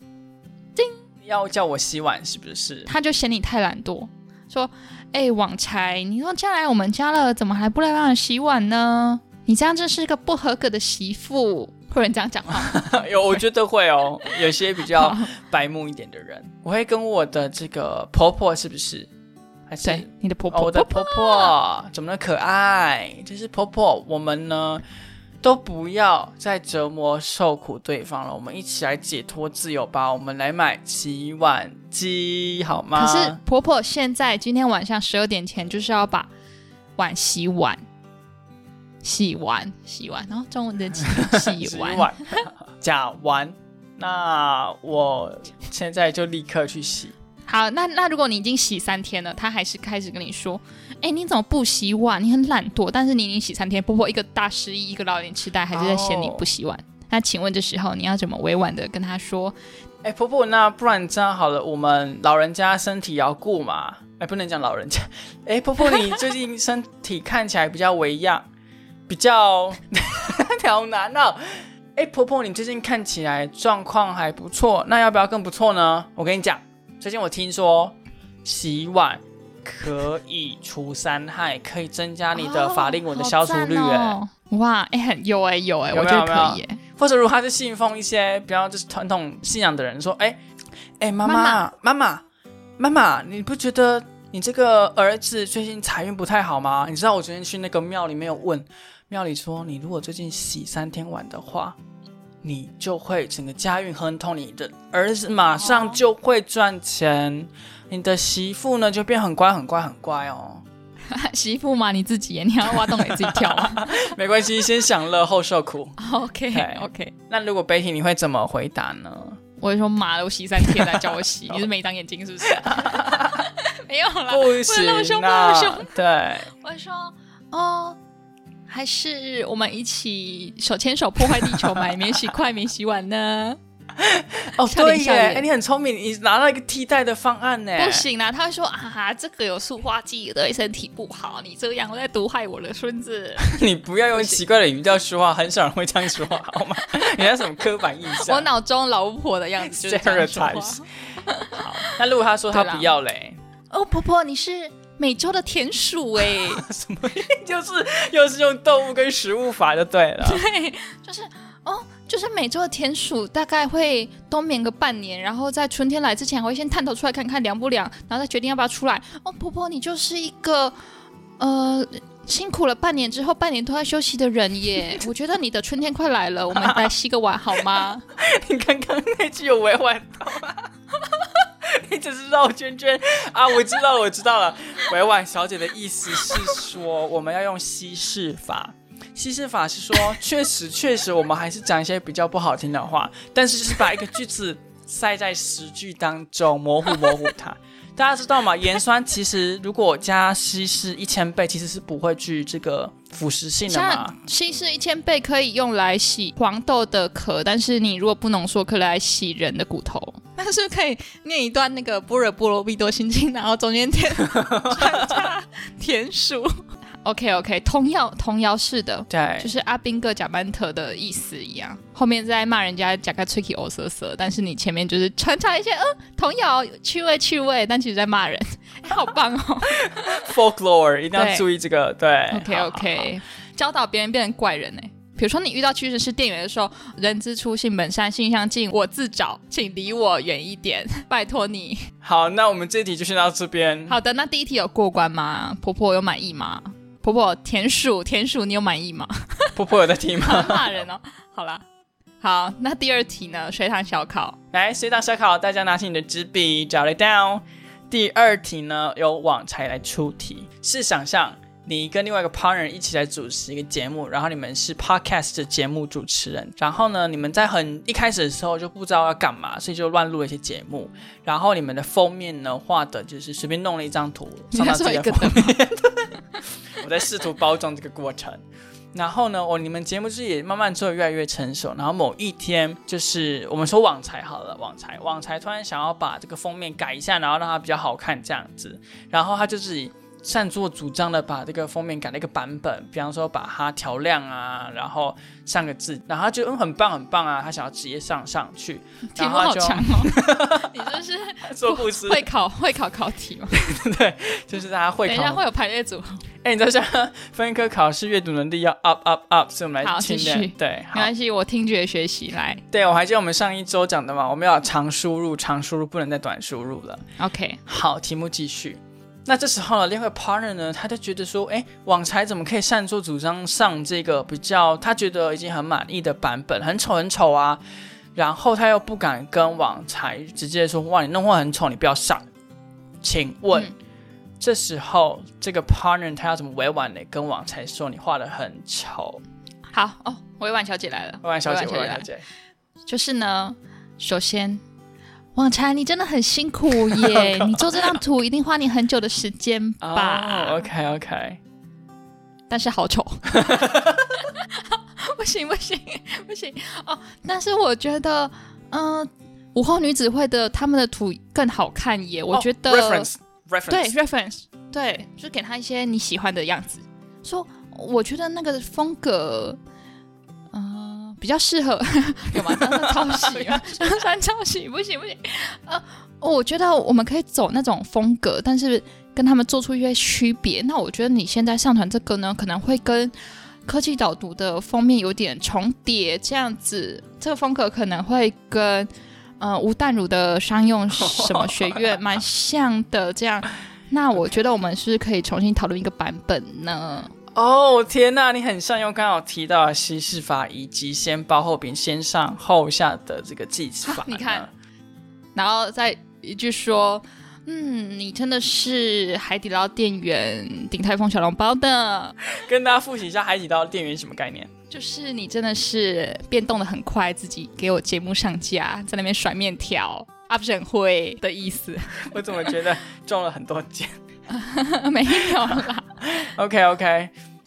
S2: 要叫我洗碗是不是？
S1: 他就嫌你太懒惰，说：“哎、网柴，你说嫁来我们家了，怎么还不来帮我洗碗呢？你这样真是个不合格的媳妇。”会有人这样讲话吗？
S2: <laughs> 有，我觉得会哦。有些比较白目一点的人，我会跟我的这个婆婆是不是？还是
S1: <laughs> 对，你的婆
S2: 哦，
S1: 婆，
S2: 我的
S1: 婆
S2: 婆婆怎么那么可爱？就是婆婆，我们呢都不要再折磨受苦对方了，我们一起来解脱自由吧。我们来买洗碗机好吗？
S1: 可是婆婆现在今天晚上十二点前就是要把碗洗完，洗完，洗完，然后中文的 <laughs> 洗
S2: 洗
S1: 完，
S2: 碗 <laughs> 假玩。那我现在就立刻去洗。
S1: 好，那那如果你已经洗三天了，他还是开始跟你说，哎、你怎么不洗碗？你很懒惰，但是你已经洗三天，婆婆一个大失忆，一个老年痴呆，还是在嫌你不洗碗。那请问这时候你要怎么委婉的跟他说？
S2: 哎、婆婆，那不然这样好了，我们老人家身体也要顾嘛。哎、不能讲老人家。 <laughs> 哎、婆婆，你最近身体看起来比较微恙，比较 <laughs> 好难哦。哎、婆婆，你最近看起来状况还不错，那要不要更不错呢？我跟你讲，最近我听说洗碗可以除三害，可以增加你的法令纹的消除率、
S1: 哦好哦
S2: 哎、
S1: 赞哦哇，哎、很有哎、有哎、
S2: 有没有
S1: 我觉得可以、哎
S2: 或者如果他是信奉一些比较就是传统信仰的人，说，哎、哎，妈妈
S1: 妈
S2: 妈妈妈妈，你不觉得你这个儿子最近财运不太好吗？你知道我昨天去那个庙里面有问，庙里说你如果最近洗三天碗的话。你就会整个家运亨通，你的儿子马上就会赚钱，你的媳妇呢就变很乖很乖很乖哦。
S1: 媳妇嘛，你自己耶，你要挖洞给自己跳
S2: <laughs>
S1: 啊。
S2: 没关系，先享乐后受苦。
S1: OK
S2: 对
S1: OK，
S2: 那如果 Betty，你会怎么回答呢？
S1: 我就说妈的，我洗三天才叫我洗，你是没长眼睛是
S2: <laughs>
S1: 不是？没有啦，
S2: 不
S1: 那么 <laughs>
S2: 行
S1: 凶不那
S2: 啊
S1: 么凶！
S2: 对，
S1: 我说哦，还是我们一起手牵手破坏地球嘛，也免洗筷，免洗碗呢。
S2: 哦，
S1: 笑
S2: 对
S1: 脸
S2: 耶，
S1: 笑脸
S2: 哎，你很聪明，你拿到一个替代的方案
S1: <laughs>
S2: 呢。
S1: 不行啦，他会说啊哈，这个有塑化剂对身体不好，你这样在毒害我的孙 <laughs> 子。
S2: <laughs> 你不要用奇怪的语调说话，很少人会这样说话，好
S1: <laughs>
S2: 吗？你那什么刻板印
S1: 我
S2: 象？
S1: 脑中老巫婆的样子啊 <laughs> 就是这样说
S2: Stereotypes
S1: 话。
S2: 好那如果他说他不要嘞， <laughs>
S1: 哦，婆婆，你是美洲的田鼠哎、
S2: 什么？就是又是用动物跟食物法就对了。
S1: 对，就是哦，就是美洲的田鼠大概会冬眠个半年，然后在春天来之前还会先探头出来看看凉不凉，然后再决定要不要出来。哦，婆婆，你就是一个呃辛苦了半年之后半年都在休息的人耶。我觉得你的春天快来了，我们来洗个碗好吗？
S2: 你刚刚那句有委婉到吗？ <laughs> 你只是绕圈圈啊！我知道了，我知道了。委婉小姐的意思是说，我们要用稀释法。稀释法是说，确实确实，我们还是讲一些比较不好听的话，但是就是把一个句子塞在十句当中，模糊模糊它。大家知道吗？盐酸其实如果加稀释一千倍，其实是不会具这个腐蚀性的嘛
S1: 像。稀释一千倍可以用来洗黄豆的壳，但是你如果不浓缩，可以来洗人的骨头。 <laughs> 那是不是可以念一段那个般若波罗蜜多心经，然后中间 <laughs> 填穿插田鼠。OK OK，童谣童谣式的，
S2: 对
S1: 就，是阿宾哥贾班特的意思一样，后面在骂人家贾个吹气欧瑟瑟，但是你前面就是穿插一些嗯童谣趣味趣味，但其实在骂人， <laughs> 哎好棒哦。
S2: folklore 一定要
S1: 对
S2: 注意这个。对
S1: OK
S2: 好好
S1: OK，教导别人变成怪人呢、比如说你遇到屈臣氏店员的时候，人之初性本善，性相近，我自找，请离我远一点， <laughs> 拜托你。
S2: 好，那我们这题就先到这边。
S1: 好的，那第一题有过关吗？婆婆有满意吗？婆婆，田鼠，田鼠，你有满意吗？ <laughs>
S2: 婆婆有在听吗？ <laughs>
S1: 骂人哦。好啦，好，那第二题呢？水塘小考，
S2: 来，随堂小考，大家拿起你的纸笔，找了 down。第二题呢，由网才来出题。试想象，你跟另外一个 partner 一起来主持一个节目，然后你们是 podcast 的节目主持人，然后呢，你们在很一开始的时候就不知道要干嘛，所以就乱录了一些节目，然后你们的封面呢画的就是随便弄了一张图，
S1: 你
S2: 上到
S1: 在
S2: 这
S1: 说一
S2: 个
S1: 个
S2: 封面
S1: 的吗？
S2: 我在试图包装这个过程。然后呢，我你们节目就是也慢慢做得越来越成熟。然后某一天，就是我们说网才好了，网才网才突然想要把这个封面改一下，然后让它比较好看这样子。然后他就自己擅作主张的把这个封面改了一个版本，比方说把它调亮啊，然后上个字，然后他就嗯很棒很棒啊，他想要直接上上去。
S1: <laughs> 题
S2: 然
S1: 目
S2: 后他
S1: 嗯好
S2: 就
S1: 强哦， <laughs> 你这是
S2: 说故事，
S1: 会考会考考题吗？
S2: 就是大家会
S1: 等一
S2: 考
S1: 下会有排列组合，
S2: 哎、你知道现在 <laughs> 分科考试阅读能力要 up up up，所以我们来
S1: 好
S2: 训
S1: 继续
S2: 练。对，
S1: 没
S2: 好。
S1: 关系，我听觉学习来。
S2: 对，我还记得我们上一周讲的嘛，我们要长输入，长输入不能再短输入了。
S1: OK，
S2: 好，题目继续。那这时候呢，另外一个 partner 呢，他就觉得说，哎，网才怎么可以擅作主张上这个比较他觉得已经很满意的版本，很丑很丑啊，然后他又不敢跟网才直接说，哇，你弄画很丑，你不要上。请问、
S1: 嗯
S2: 这时候这个 partner 他要怎么委婉的跟网才说你画的很丑？
S1: 好哦，委婉小姐来了。
S2: 委婉小姐，
S1: 委婉小
S2: 委
S1: 姐
S2: 婉
S1: 来
S2: 小姐，
S1: 就是呢，首先，网才你真的很辛苦
S2: <laughs>
S1: 耶，你做这张图一定花你很久的时间吧？
S2: 哦，OK OK。
S1: 但是好丑。 <laughs> 不行不行不行哦！但是我觉得，嗯、午后女子会的他们的图更好看耶。我觉得、
S2: 哦 reference reference
S1: 对 reference，对，就给他一些你喜欢的样子。说我觉得那个风格，呃，比较适合有吗？这样算抄袭吗？这样算抄袭？不行不行，呃，我觉得我们可以走那种风格，但是跟他们做出一些区别。那我觉得你现在上传这个呢，可能会跟。呃科技导读的封面有点重叠，这样子，这个风格可能会跟呃吴淡如的商用什么学院蛮像的。这样，那我觉得我们是不是可以重新讨论一个版本呢？
S2: 哦天呐，你很善用刚好提到的稀释法以及先包后饼、先上后下的这个技法呢、
S1: 啊你看然后再一句说，嗯，你真的是海底捞店员鼎泰丰小笼包的，
S2: 跟大家复习一下海底捞店员是什么概
S1: <laughs>
S2: 念？
S1: 就是你真的是变动的很快，自己给我节目上架，在那边甩面条。啊，不是很会的意思， <laughs>
S2: 我怎么觉得中了很多箭 <laughs>
S1: 没有啦。
S2: ？OK OK，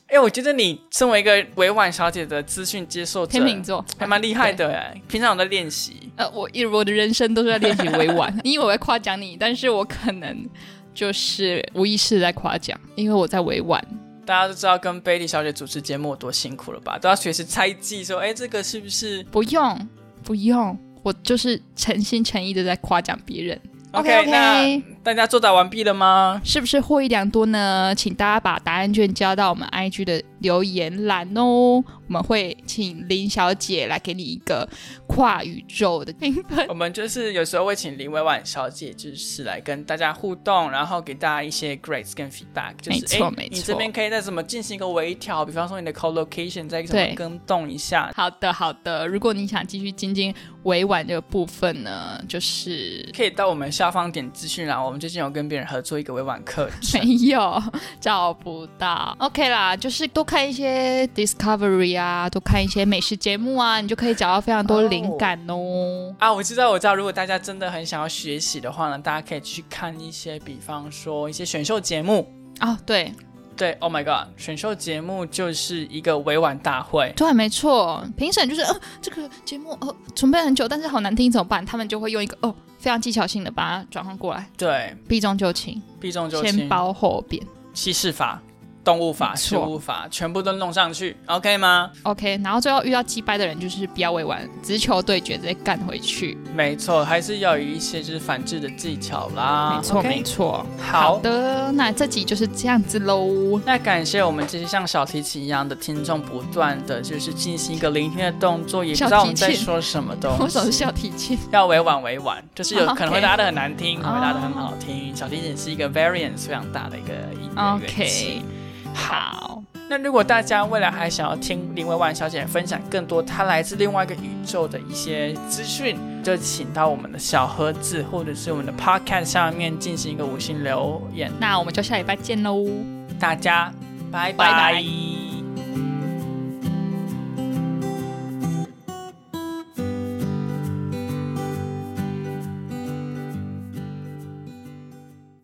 S2: 哎、我觉得你身为一个委婉小姐的资讯接受者，
S1: 天秤座
S2: 还蛮厉害的哎。平常有在练习，
S1: <laughs> 呃，我一我的人生都是在练习委婉。你以为我在夸奖你，但是我可能就是无意识地在夸奖，因为我在委婉。
S2: 大家都知道跟 Bailey 小姐主持节目有多辛苦了吧？都要随时猜忌说，哎、这个是不是
S1: 不用，不用，我就是诚心诚意的在夸奖别人。
S2: OK，那大家作答完毕了吗？
S1: 是不是获益良多呢？请大家把答案卷交到我们 IG 的留言栏哦，我们会请林小姐来给你一个跨宇宙的评分。
S2: <laughs> 我们就是有时候会请林委婉小姐，就是来跟大家互动，然后给大家一些 grades 跟 feedback，就是
S1: 没错
S2: 诶
S1: 没错
S2: 你这边可以再怎么进行一个微调，比方说你的 collocation 再怎
S1: 对
S2: 么更动一下，
S1: 好的，好的。如果你想继续精进委婉这个部分呢，就是
S2: 可以到我们下方点资讯栏。我们最近有跟别人合作一个委婉课程，
S1: 没有 <laughs> 找不到。OK 啦，就是多看一些 Discovery 啊，多看一些美食节目啊，你就可以找到非常多灵感哦。
S2: 啊，我知道，我知道。如果大家真的很想要学习的话呢，大家可以去看一些，比方说一些选秀节目。
S1: 啊、对，
S2: 对，Oh my God，选秀节目就是一个委婉大会。
S1: 对，没错，评审就是呃，这个节目哦、呃，准备很久，但是好难听，怎么办？他们就会用一个哦，非常技巧性的把它转换过来，
S2: 对，
S1: 避重就轻，
S2: 避重就
S1: 先
S2: 轻，
S1: 包后边。
S2: 稀释法、动物法、
S1: 没
S2: 食
S1: 错
S2: 物法，全部都弄上去，OK 吗？
S1: OK，然后最后遇到击败的人就是不要委婉，直球对决，直接干回去。
S2: 没错，还是要有一些就是反制的技巧啦。
S1: 没错
S2: 啊 OK？
S1: 没错。
S2: 好。
S1: 的，那这集就是这样子喽。
S2: 那感谢我们这些像小提琴一样的听众，不断的就是进行一个聆听的动作，也不知道我们在说什么东
S1: <laughs> 我
S2: 西
S1: 总。是要提琴，
S2: 要委婉委婉，就是有
S1: OK
S2: 可能会拉的很难听，可能会拉的很
S1: 哦
S2: 好听。小提琴是一个 variance 非常大的一个音乐乐器。
S1: 好，
S2: 那如果大家未来还想要听林维婉小姐分享更多她来自另外一个宇宙的一些资讯，就请到我们的小盒子或者是我们的 podcast 下面进行一个五星留言。
S1: 那我们就下礼拜见喽。
S2: 大家拜
S1: 拜
S2: 拜
S1: 拜